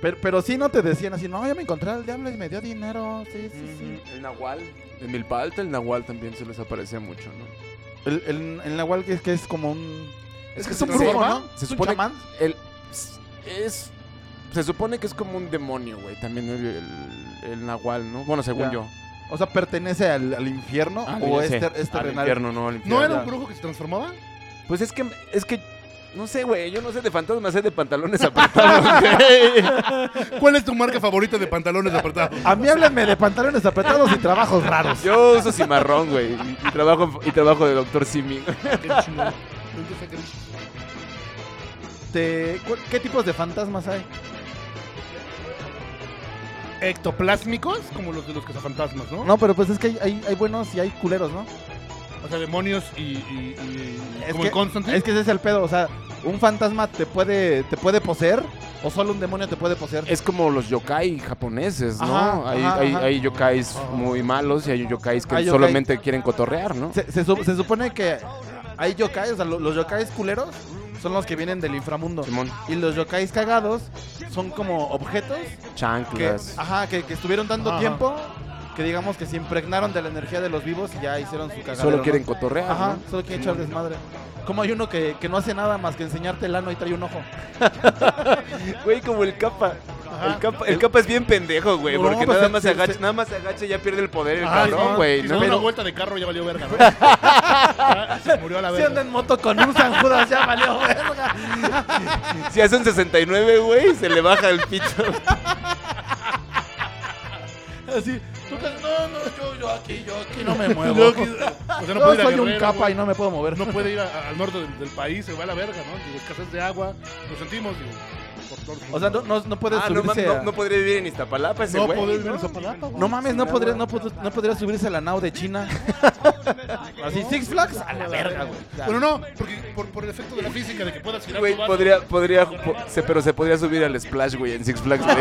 S2: Pero, pero sí no te decían así, no, yo me encontré al diablo y me dio dinero, sí, sí, sí.
S5: El Nahual. En Milpalta, el Nahual también se les aparecía mucho, ¿no?
S2: El, el, el Nahual que es, que es como un...
S5: Es
S2: que es un
S5: se-
S2: brujo, ¿no?
S5: Se
S2: ¿Es un
S5: supone,
S2: chamán?
S5: el- es, se supone que es como un demonio, güey. También el, el- el Nahual, ¿no? Bueno, según
S2: Ya.
S5: yo.
S2: O sea, ¿pertenece al, al infierno
S5: Ah,
S2: o
S5: ya
S2: es,
S5: sé,
S2: ter- es
S5: al
S2: terrenal?
S5: infierno, no, al
S1: ¿No
S5: infierno.
S1: era un brujo que se transformaba?
S5: Pues es que, es que, no sé, güey. Yo no sé de fantasmas, sé de pantalones apretados, güey.
S1: ¿Cuál es tu marca favorita de pantalones apretados?
S2: A mí háblenme de pantalones apretados y trabajos raros.
S5: Yo uso cimarrón, güey. Y, y trabajo, y trabajo de doctor Simi.
S1: Qué chingón. Nunca saqué el-
S2: Te- cu- Este, ¿Qué tipos de fantasmas hay?
S1: Ectoplásmicos, como los de los cazafantasmas, ¿no?
S2: No, pero pues es que hay, hay, hay buenos y hay culeros, ¿no?
S1: O sea, demonios y. y- y-
S2: Es
S1: como
S2: que-
S1: el Constantine.
S2: Es que ese es el pedo, o sea, un fantasma te puede, te puede poseer o solo un demonio te puede poseer.
S5: Es como los yokai japoneses, ¿no?
S2: Ajá,
S5: hay,
S2: ajá,
S5: hay,
S2: ajá.
S5: hay yokais muy malos y hay yokais que
S2: Hay yokai.
S5: solamente quieren cotorrear, ¿no?
S2: Se, se su- se supone que hay yokai, o sea, lo- los yokais culeros son los que vienen del inframundo.
S5: Simón,
S2: Y los yokais cagados son como objetos que,
S5: chanclas.
S2: ajá, que, que estuvieron tanto
S1: Ajá.
S2: tiempo que digamos que se impregnaron de la energía de los vivos y ya hicieron su cagadero.
S5: Solo
S2: ¿no?
S5: quieren cotorrear,
S2: Ajá,
S5: ¿no?
S2: solo quieren echar desmadre. Como hay uno que, que no hace nada más que enseñarte el ano y trae un ojo.
S5: Güey, como el capa.
S1: Ajá.
S5: El capa, el capa es bien pendejo, güey,
S2: No,
S5: porque
S2: pues,
S5: nada
S2: se-
S5: más se
S2: se-
S5: agacha,
S2: se-
S5: nada más se agacha y ya pierde el poder el
S1: Ajá,
S5: cabrón, güey,
S1: Si
S5: ¿no?
S1: se da una
S5: Pero-
S1: vuelta de carro ya valió verga, ¿no? Ah, se murió a la
S2: Si anda
S1: verga.
S2: en moto con un San Judas, ya valió verga.
S5: Si hace un 69, güey, se le baja el pito.
S2: Ah, Así, tú te- no, no, yo, yo aquí, yo aquí no me muevo.
S1: No, que- o sea, no
S2: Yo
S1: puede ir a
S2: soy un
S1: Guerrero,
S2: capa
S1: güey.
S2: y no me puedo mover.
S1: No puede ir a- a- al norte del, del país, se va a la verga, ¿no? Digo, escasez de agua, lo sentimos, digo, por todos
S2: O sea, no, no, no puedes
S5: Ah, no,
S2: subirse
S5: mames, no,
S2: a-
S5: no podría vivir en Iztapalapa ese
S1: No
S5: güey.
S1: poder vivir en Zapalapa, güey.
S2: No mames, no podría, no, pod- no podría subirse a la nao de China. Así, Six Flags a la verga, güey. Ya.
S1: Bueno, no, porque por, por el efecto de la física de que puedas girar
S5: Güey,
S1: tu vaso.
S5: podría, podría, po- se- pero se podría subir al Splash, güey, en Six Flags, güey.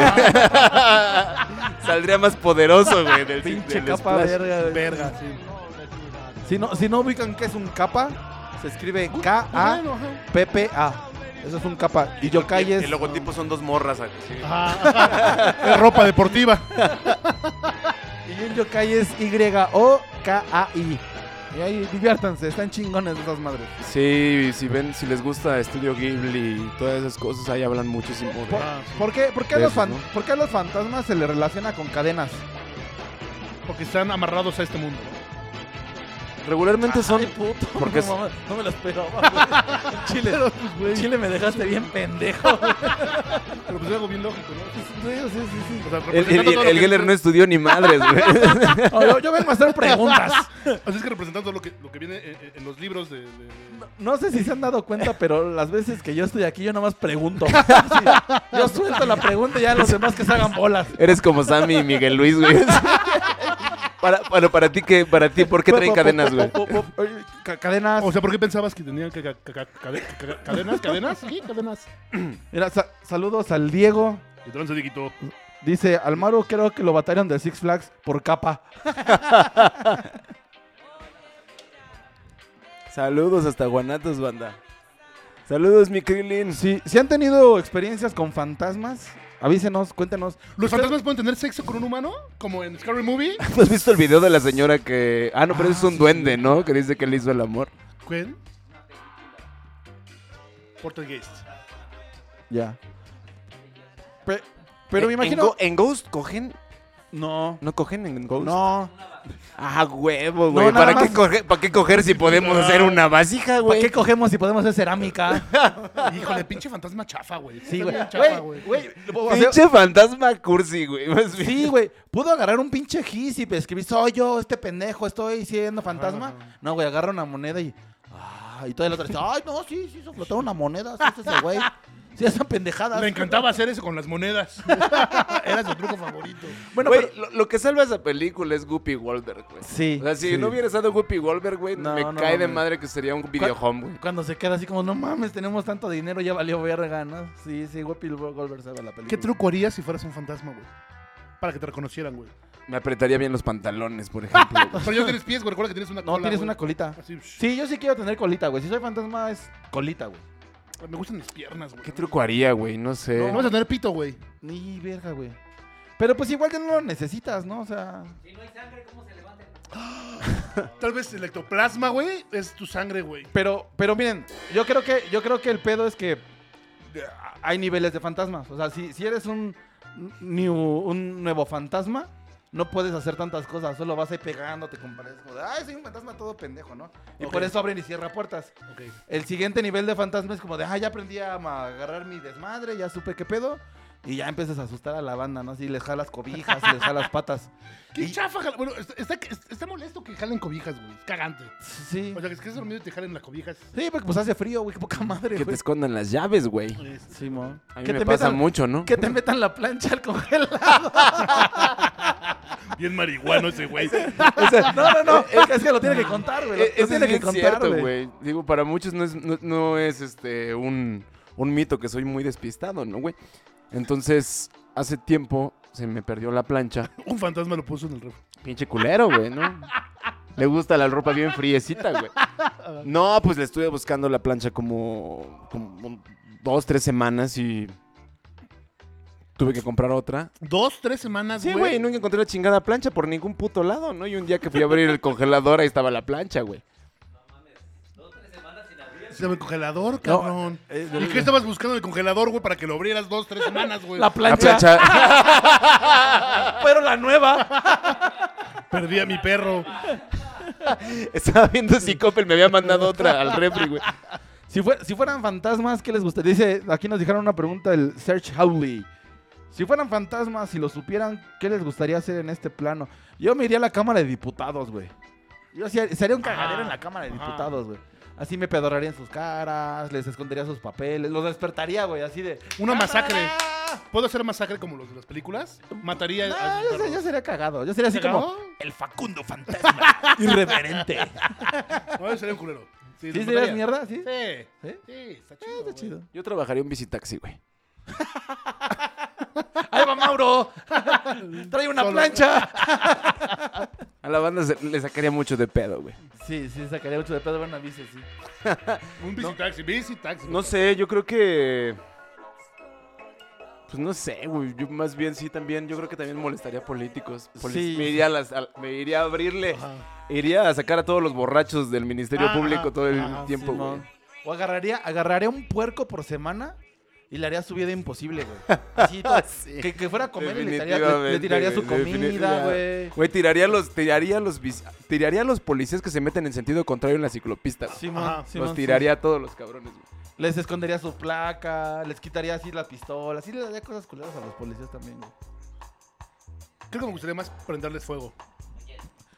S5: Saldría más poderoso, güey, del
S2: Pinche
S5: del
S2: capa
S5: splash.
S2: verga. güey.
S1: Verga, sí.
S2: Si no, si no ubican que es un capa, se escribe K-A-P-P-A.
S1: Bueno, ajá.
S2: Eso es un capa. Y
S5: El-
S2: yokai es.
S5: El logotipo son dos morras. así.
S2: Ah.
S1: Es ropa deportiva.
S2: Y un yokai es Y-O-K-A-I. Y ahí diviértanse, están chingones esas madres.
S5: Sí, y si ven, si les gusta Estudio Ghibli y todas esas cosas, ahí hablan muchísimo de...
S2: Por,
S1: Ah, sí.
S2: ¿por qué, por qué a
S5: De
S2: los
S5: esos,
S2: fan-
S5: ¿no?
S2: por qué a los fantasmas se les relaciona con cadenas?
S1: Porque están amarrados a este mundo.
S5: Regularmente son...
S2: Ay, puto,
S5: porque
S2: no,
S5: es-
S2: mames, no me lo esperaba, pues, güey. En Chile, en Chile me dejaste bien pendejo. güey.
S1: Pero pues es algo bien lógico, ¿no?
S2: Sí, sí, sí, sí.
S1: O sea,
S5: El, el,
S1: representando todo
S5: el-
S1: lo
S5: el
S1: que-
S5: Geller no estudió ni madres, güey.
S2: No, yo, yo vengo a hacer preguntas.
S1: Así es que representando todo lo que, lo que viene eh, eh, en los libros de... de- de-
S2: No sé si se han dado cuenta, pero las veces que yo estoy aquí, yo nada más pregunto. Sí, yo suelto la pregunta y ya los demás que se hagan bolas.
S5: Eres como Sammy y Miguel Luis, güey. Para, bueno, para ti, que, para ti, ¿por qué traen cadenas, güey?
S2: Oye, ca- Cadenas.
S1: O sea, ¿por qué pensabas que tenían que, ca- ca- ca- cade- ca- ca- cadenas? ¿Cadenas? Sí, cadenas.
S2: Mira, sa- saludos al Diego.
S1: Entonces, Dieguito,
S2: Dice, al Maru creo que lo bataron de Six Flags por capa.
S5: Saludos hasta Guanatos, banda. Saludos, mi Krillin.
S2: Si, si han tenido experiencias con fantasmas, avísenos, cuéntenos.
S1: ¿Los fantasmas pueden tener sexo con un humano? Como en Scary Movie.
S5: ¿Has visto el video de la señora que... Ah, no, pero es un duende, ¿no? Que dice que le hizo el amor.
S1: ¿Quién? Poltergeist.
S2: Ya. Pe- pero me
S5: Eh, En-
S2: imagino...
S5: En, Go- en Ghost cogen...
S2: No.
S5: ¿No cogen en Ghost?
S2: No.
S5: Ah, huevo, güey.
S2: No, nada
S5: ¿Para, qué
S2: más. Ah.
S5: coger, ¿Para qué coger si podemos hacer una vasija,
S2: ¿Para
S5: güey?
S2: qué cogemos si podemos hacer cerámica?
S1: Híjole, pinche fantasma chafa, güey.
S2: Sí,
S1: Está
S2: güey.
S1: bien Chafa, güey.
S5: Pinche fantasma cursi, güey. más bien.
S2: Sí, güey. Pudo agarrar un pinche gis y escribir, soy yo, este pendejo, estoy siendo fantasma. No, güey, agarra una moneda y. Ah, y todo el otro dice, ay, no, sí, sí, hizo flotar una moneda, sí, es ese güey. Sí, esas pendejadas.
S1: Le encantaba hacer eso con las monedas. Era su truco favorito.
S2: Bueno,
S5: Güey,
S2: pero.
S5: lo, lo que salva esa película es Guppy Wahlberg, güey.
S2: Sí,
S5: O sea, si
S2: sí.
S5: no hubiera estado Guppy Wahlberg, güey,
S2: No,
S5: me
S2: no
S5: cae de
S2: mames.
S5: madre que sería un videohome, güey.
S2: Cuando se queda así como, no mames, tenemos tanto dinero, ya valió verga, ¿no? Sí, sí, güey, Bill Goldberg salva la película.
S1: ¿Qué truco harías si fueras un fantasma, güey? Para que te reconocieran, güey.
S5: Me apretaría bien los pantalones, por ejemplo. güey.
S1: Pero ya no tienes pies, güey. Recuerda que tienes una
S2: No,
S1: cola,
S2: tienes
S1: güey.
S2: una colita.
S1: Así, psh.
S2: Sí, yo sí quiero tener colita, güey. Si soy fantasma, es colita, güey.
S1: Me gustan mis piernas, güey.
S5: ¿Qué truco haría, güey? No sé.
S1: No, vamos a tener pito, güey.
S2: Ni verga, güey. Pero pues igual ya no lo necesitas, ¿no? O sea.
S6: Si no hay sangre, ¿cómo se levantan?
S1: Tal vez el ectoplasma, güey, es tu sangre, güey.
S2: Pero, pero miren, yo creo que, yo creo que el pedo es que eh, hay niveles de fantasmas. O sea, si, si eres un, new- un nuevo fantasma, no puedes hacer tantas cosas. Solo vas ahí pegándote con paredes. como de, Ay, soy un fantasma todo pendejo, ¿no? Y
S1: Ok.
S2: por eso abren y cierran puertas.
S1: Ok.
S2: El siguiente nivel de fantasma es como de, ah, ya aprendí a ma- agarrar mi desmadre, ya supe qué pedo. Y ya empiezas a asustar a la banda, ¿no? Así les jalas cobijas, les jalas patas.
S1: Qué
S2: Y-
S1: chafa, jala- bueno, está, está, está molesto que jalen cobijas, güey. Es cagante.
S2: Sí.
S1: O sea, que es que es dormido y te jalen las cobijas.
S2: Sí, porque pues hace frío, güey, qué poca madre,
S5: Que te
S2: güey.
S5: escondan las llaves, güey.
S1: Es-
S2: Sí, mo.
S5: A mí
S2: Que
S5: me
S2: te
S5: pasa
S2: metan-
S5: mucho, ¿no?
S2: Que te metan la plancha al congelador.
S1: Bien marihuano ese güey.
S2: no, no, no. Es que, es que lo tiene que contar, güey. Lo,
S5: Eh,
S2: lo
S5: Eso
S2: tiene
S5: es
S2: que
S5: bien
S2: contar,
S5: cierto,
S2: güey.
S5: güey. Digo, para muchos no es, no, no es este un, un mito que soy muy despistado, ¿no, güey? Entonces, hace tiempo se me perdió la plancha.
S1: Un fantasma lo puso en el refri.
S5: Pinche culero, güey, ¿no? Le gusta la ropa bien friecita, güey. No, pues le estuve buscando la plancha como, como un- dos, tres semanas y tuve que comprar otra.
S1: Dos, tres semanas,
S5: Sí,
S1: güey.
S5: güey, nunca encontré la chingada plancha por ningún puto lado, ¿no? Y un día que fui a abrir el congelador, ahí estaba la plancha, güey.
S6: Dos, tres semanas sin abrir.
S1: Se llama el congelador, cabrón.
S2: eh,
S1: ¿Y qué estabas buscando en el congelador, güey, para que lo abrieras dos, tres semanas, güey?
S2: La
S5: La
S2: plancha.
S5: plancha.
S2: Pero la nueva.
S1: Perdí a mi perro.
S5: Estaba viendo si Coppel me había mandado otra al refri, güey.
S2: Si, fue- si fueran fantasmas, ¿qué les gustaría? Dice, aquí nos dejaron una pregunta el Serge Howley. Si fueran fantasmas, si lo supieran, ¿qué les gustaría hacer en este plano? Yo me iría a la Cámara de Diputados, güey. Yo sí- sería un cagadero en la Cámara de Diputados, güey. Así me pedorraría en sus caras, les escondería sus papeles, los despertaría, güey, así de...
S1: Una masacre. ¿Puedo hacer masacre como los de las películas? Mataría
S2: No,
S1: a...
S2: yo, sé- yo sería cagado. Yo sería así como...
S1: ¿Cagado?
S2: El Facundo Fantasma. Irreverente.
S1: No, yo sería un culero. Sí,
S2: ¿Sí
S1: los
S2: serías
S1: mataría.
S2: mierda? ¿Sí?
S1: Sí.
S2: ¿Sí?
S1: Sí, está
S2: Ah,
S1: chido.
S2: está
S1: güey.
S2: chido.
S5: Yo trabajaría un visitaxi, güey.
S2: ¡Ahí va Mauro! ¡Trae una plancha!
S5: A la banda se- le sacaría mucho de pedo, güey.
S2: Sí, sí, sacaría mucho de pedo ver una bici así.
S1: Un bici taxi, bici taxi.
S5: No sé, yo creo que. Pues no sé, güey. Yo más bien sí también. Yo creo que también molestaría a políticos. Poli-
S2: Sí.
S5: Me iría a, las- a- me iría a abrirle. Iría a sacar a todos los borrachos del Ministerio
S2: Ah,
S5: Público todo el
S2: ah,
S5: tiempo, güey.
S2: Simón. O agarraría, agarraría un puerco por semana y le haría su vida imposible, güey. Así, todo.
S5: Sí.
S2: que, que fuera a comer y le, tiraría- le- le
S5: Definitivamente,
S2: tiraría su
S5: güey,
S2: comida,
S5: definitivamente.
S2: güey.
S5: Güey, tiraría los, tiraría los bici- tiraría a los policías que se meten en sentido contrario en la ciclopista. güey.
S2: Simón,
S1: Ajá,
S2: Simón,
S5: los
S2: sí.
S5: tiraría a todos los cabrones, güey.
S2: Les escondería su placa, les quitaría así la pistola, así le daría cosas culeras a los policías también, güey.
S1: Creo que me gustaría más prenderles fuego.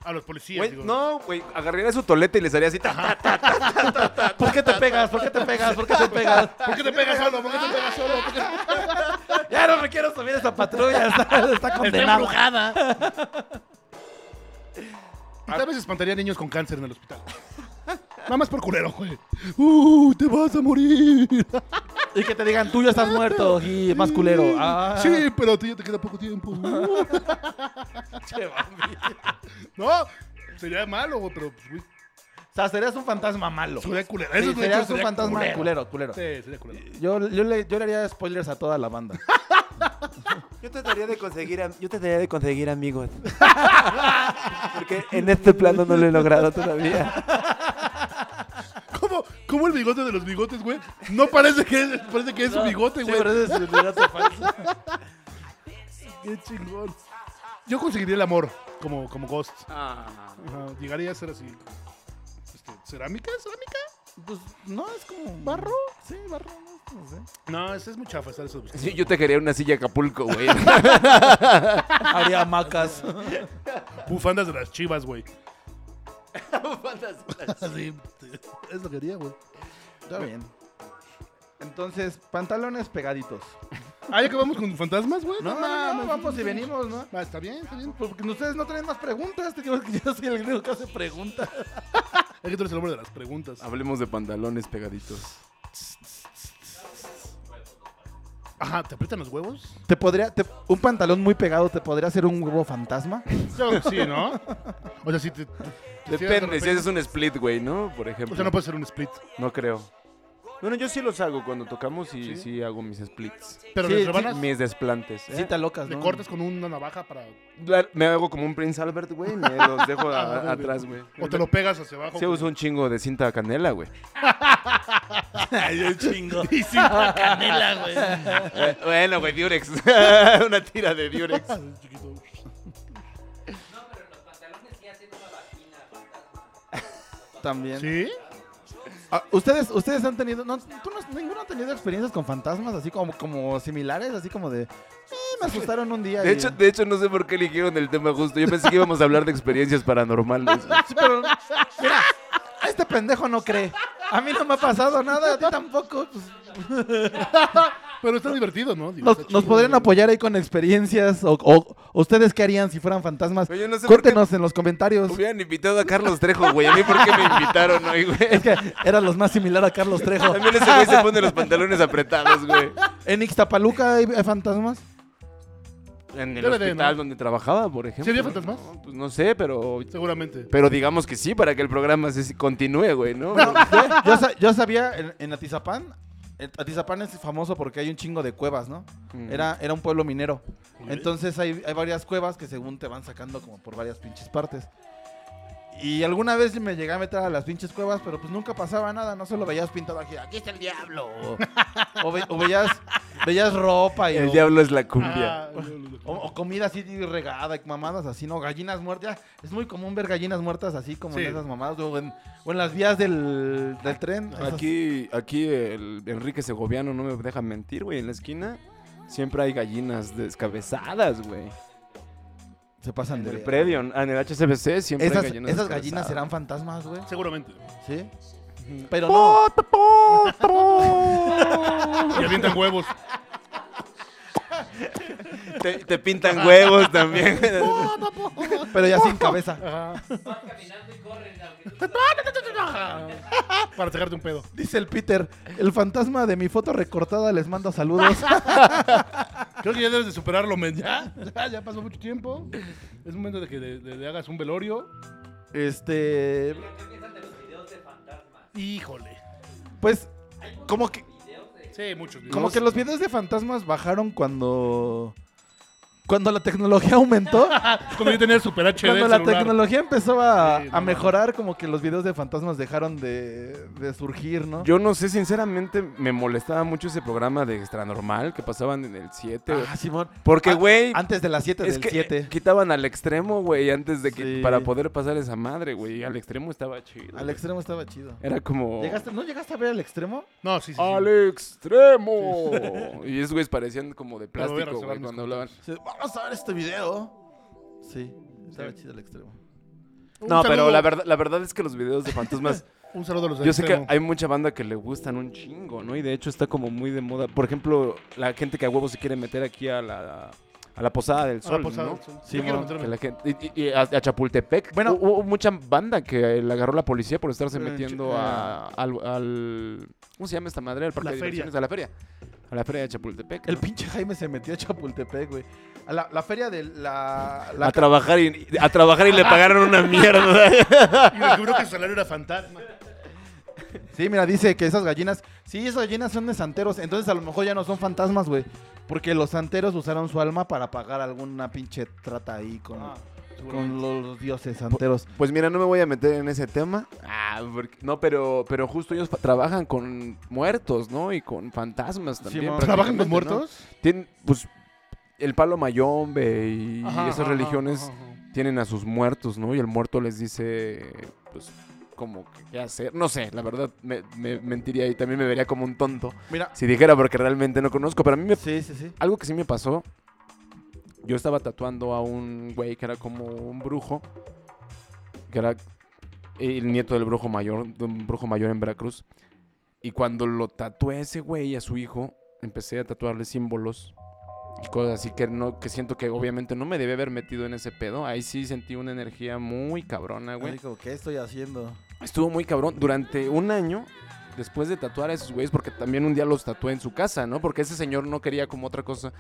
S1: A los policías,
S5: Güey,
S1: digo.
S5: no, güey, agarraría su tolete y les haría así. ta, ta, ta.
S2: ¿Por qué te pegas? ¿Por qué te pegas? ¿Por qué te pegas?
S1: ¿Por qué te pegas solo? ¿Por qué te pegas solo? ¿Por qué te-
S2: Ya no me quiero subir a esa patrulla, está, está condenada.
S1: embrujada. Y tal vez espantaría a niños con cáncer en el hospital. Nada más por culero, güey. ¡Uh, te vas a morir!
S2: Y que te digan, tú ya estás muerto, y más culero. Ah,
S1: Sí, pero a ti ya te queda poco tiempo. Uh.
S2: che, mami.
S1: No, sería malo, güey, pero pues, güey,
S2: O sea, serías un fantasma malo.
S1: sería culero.
S2: Sí,
S1: Eso de hecho,
S2: serías un
S1: sería
S2: fantasma culero, culero.
S1: Sí, sería culero.
S2: Yo, yo, le, yo le haría spoilers a toda la banda.
S7: Yo trataría de conseguir, am- yo trataría de conseguir amigos. Porque en este plano no lo he logrado todavía.
S1: ¿Cómo, cómo el bigote de los bigotes, güey? No parece que es, parece que es un bigote, güey. Qué chingón. Yo conseguiría el amor como, como Ghost.
S5: Ah.
S1: Ajá, Llegaría a ser así. este, ¿Cerámica? ¿Cerámica?
S2: Pues no, es como. ¿Barro? Sí, barro. No, no sé.
S1: No, esa es muy chafa estar eso.
S5: Sí, yo te quería una silla Acapulco, güey.
S2: Haría hamacas.
S1: Bufandas de las chivas, güey. Bufandas de las chivas. es lo que haría, güey.
S2: Está bien. Entonces, pantalones pegaditos.
S1: Ah, ya acabamos con fantasmas, güey.
S2: No, no, no, vamos y venimos, ¿no?
S1: Ah, está bien, está bien.
S2: Pues porque ustedes no tienen más preguntas. Te digo que yo soy el único que hace preguntas.
S1: Es que tú eres el hombre de las preguntas.
S5: Hablemos de pantalones pegaditos.
S1: Ajá, ¿te aprietan los huevos?
S2: ¿Te podría, te- un pantalón muy pegado te podría hacer un huevo fantasma?
S1: Yo creo que sí, ¿no? O sea, si te...
S5: Depende, si
S1: es
S5: haces un split, güey, ¿no? Por ejemplo.
S1: O sea, no puede ser un split.
S5: No creo. Bueno, yo sí los hago cuando tocamos y sí, hago mis splits.
S1: Pero
S2: Sí,
S1: les
S2: sí,
S1: rebanas,
S5: Mis desplantes. ¿eh?
S2: Sí, te locas,
S1: le
S2: ¿no?
S1: cortas con una navaja para...
S5: La- Me hago como un Prince Albert, güey. y Me los dejo a-
S1: Ah,
S5: atrás, güey.
S1: O te lo pegas hacia abajo.
S5: Sí,
S1: güey.
S5: uso un chingo de cinta canela, güey.
S1: Y sí, canela, güey.
S5: Eh, bueno, güey, Durex. Una tira de Durex.
S1: Chiquito.
S6: No, pero los pantalones sí hacen una vagina, fantasma.
S2: También.
S1: ¿Sí?
S2: Ah, ¿Ustedes, ustedes han tenido, no, tú no, has- ninguno ha tenido experiencias con fantasmas así como, como similares, así como de, eh, me asustaron un día.
S5: De
S2: y-
S5: hecho, de hecho, no sé por qué eligieron el tema justo. Yo pensé que íbamos a hablar de experiencias paranormales. güey.
S2: Sí, pero, mira, este pendejo no cree. A mí no me ha pasado nada, a ti tampoco. pues,
S1: Pero está divertido, ¿no? Digo, está
S2: nos,
S1: chido,
S2: nos podrían
S1: güey.
S2: apoyar ahí con experiencias o, o- ustedes qué harían si fueran fantasmas.
S5: Pero yo no sé por qué-
S2: Cuéntenos en los comentarios.
S5: Hubieran invitado a Carlos Trejo, güey. A mí, ¿por qué me invitaron hoy, güey?
S2: Es que era los más similar a Carlos Trejo.
S5: También ese güey se pone los pantalones apretados, güey.
S2: ¿En Ixtapaluca hay, hay fantasmas?
S5: En el
S1: Debe de,
S5: hospital
S1: ¿no?
S5: donde trabajaba, por ejemplo.
S1: había fantasmas?
S5: No, pues no sé, pero.
S1: Seguramente.
S5: Pero digamos que sí, para que el programa se continúe, güey, ¿no?
S2: Yo, yo sa- yo sabía en, en Atizapán. eh, Atizapán es famoso porque hay un chingo de cuevas, ¿no?
S5: Mm.
S2: Era, era un pueblo minero. Entonces hay, hay varias cuevas que según te van sacando como por varias pinches partes. Y alguna vez me llegué a meter a las pinches cuevas, pero pues nunca pasaba nada, no solo veías pintado aquí, aquí está el diablo. O, ve- o veías, veías ropa y
S5: El
S2: o-
S5: diablo es la cumbia.
S1: Ah, no, no, no.
S2: o, o comida así regada, y mamadas así, ¿no? Gallinas muertas. Es muy común ver gallinas muertas así como
S1: Sí.
S2: en esas mamadas. O en, o en las vías del, del tren. esas-
S5: Aquí, aquí el Enrique Segoviano no me deja mentir, güey. En la esquina siempre hay gallinas descabezadas, güey.
S2: se pasan
S5: En
S2: de
S5: el
S2: ver-
S5: predio, en en el HCBC siempre
S2: Esas,
S5: hay gallinas
S2: esas gallinas
S5: descabezadas.
S2: serán fantasmas, güey.
S1: Seguramente.
S2: Sí. Pero no.
S1: Y avientan huevos.
S5: Te, te pintan huevos también.
S2: Pero ya sin cabeza.
S1: ¡Oh! Ajá.
S6: Vas caminando y corren, aunque tú
S1: Para sacarte un pedo.
S2: Dice el Peter, el fantasma de mi foto recortada les manda saludos.
S1: Creo que ya debes de superarlo, men. Ya, ya, ya pasó mucho tiempo. Es momento de que le, le- le hagas un velorio.
S2: Este.
S6: ¿Qué piensan de los videos de fantasmas?
S1: Híjole.
S2: Pues, como que.
S6: Videos de...
S1: Sí, muchos. videos.
S2: Como que los videos de fantasmas bajaron cuando. Cuando la tecnología aumentó.
S1: Cuando yo tenía el Super HD
S2: cuando la
S1: celular.
S2: tecnología empezó a,
S1: Sí,
S2: a
S1: no.
S2: mejorar, como que los videos de fantasmas dejaron de, de surgir, ¿no?
S5: Yo no sé, sinceramente, me molestaba mucho ese programa de Extra Normal que pasaban en el 7. güey.
S2: Ah, Simón.
S5: Porque,
S2: Ah,
S5: güey,
S2: Antes de las 7
S5: es
S2: del
S5: que
S2: 7.
S5: quitaban al extremo, güey, antes de que...
S2: Sí.
S5: Para poder pasar esa madre, güey. y Al extremo estaba chido.
S2: Al
S5: güey.
S2: extremo estaba chido.
S5: Era como...
S2: ¿Llegaste, ¿No llegaste a ver al extremo?
S1: No, sí, sí. sí.
S5: ¡Al extremo! Y esos güeyes parecían como de
S1: Pero voy a
S5: plástico,
S1: reservar
S5: güey,
S1: mis
S5: cuando hablaban.
S2: Sí, Vamos a ver este video. Sí, estaba chido el extremo.
S1: Un
S5: No, pero
S1: saludo-
S5: la verdad, la verdad es que los videos de fantasmas...
S1: Un saludo a los del
S5: Yo sé que
S1: extremo.
S5: hay mucha banda que le gustan un chingo, ¿no? Y de hecho está como muy de moda. Por ejemplo, la gente que a huevo se quiere meter aquí a la, a la Posada del
S1: A la
S5: Sol,
S1: posada
S5: ¿no?
S1: del sol.
S2: Sí,
S1: Yo quiero
S2: mo-
S1: meterme.
S5: Que la gente- y, y- y a, a Chapultepec.
S2: Bueno.
S5: Bueno, hubo mucha banda que eh, le agarró la policía por estarse
S2: Eh,
S5: metiendo
S2: ch-
S5: a, al, al- ¿Cómo se llama esta madre? Al parque
S1: La
S5: de
S1: feria.
S5: diversiones, A la feria. A la feria de Chapultepec.
S2: El
S5: ¿no?
S2: pinche Jaime se metió a Chapultepec, güey. A la, la feria de la... la-
S5: A trabajar y a trabajar y le pagaron una mierda.
S1: Y descubrió que su salario era fantasma.
S2: Sí, mira, dice que esas gallinas... Sí, esas gallinas son de santeros. Entonces a lo mejor ya no son fantasmas, güey. Porque los santeros usaron su alma para pagar alguna pinche trata ahí con,
S1: Ah,
S2: con los dioses santeros.
S5: Pues mira, no me voy a meter en ese tema. Ah, porque- no, pero, pero justo ellos fa- trabajan con muertos, ¿no? Y con fantasmas también.
S2: mon.
S1: ¿Trabajan con
S5: prácticamente, ¿no?
S1: muertos?
S5: Tienen, pues, el palo mayombe y esas religiones tienen a sus muertos, ¿no? Y el muerto les dice, pues, como que qué hacer. No sé, la verdad, me, me mentiría y también me vería como un tonto
S2: Mira...
S5: si dijera porque realmente no conozco. Pero a mí me
S2: Sí, sí, sí.
S5: algo que sí me pasó. Yo estaba tatuando a un güey que era como un brujo. Que era el nieto del brujo mayor, de un brujo mayor en Veracruz. Y cuando lo tatué a ese güey, a su hijo, empecé a tatuarle símbolos y cosas así que no que siento que obviamente no me debía haber metido en ese pedo. Ahí sí sentí una energía muy cabrona, güey.
S2: Así como, ¿qué estoy haciendo?
S5: Estuvo muy cabrón. Durante un año, después de tatuar a esos güeyes, porque también un día los tatué en su casa, ¿no? Porque ese señor no quería como otra cosa.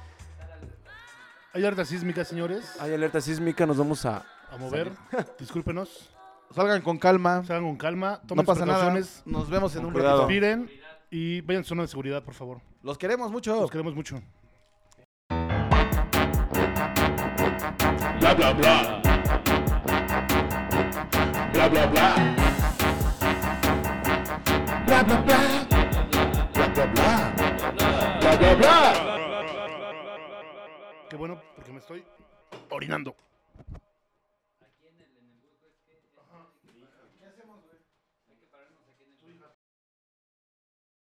S1: Hay alerta sísmica, señores.
S5: Hay alerta sísmica, nos vamos a.
S1: A mover. Discúlpenos.
S2: Salgan con calma.
S1: Salgan con calma. Tomen
S2: No pasa nada.
S1: precauciones.
S2: Nos vemos en un
S5: Cuidado.
S2: ratito.
S1: Respiren. Y vayan a su zona de seguridad, por favor.
S2: Los queremos mucho.
S1: Los queremos mucho.
S4: Bla bla bla. Bla bla bla. Bla bla bla. Bla bla bla. Bla bla bla.
S1: Qué bueno, porque me estoy orinando.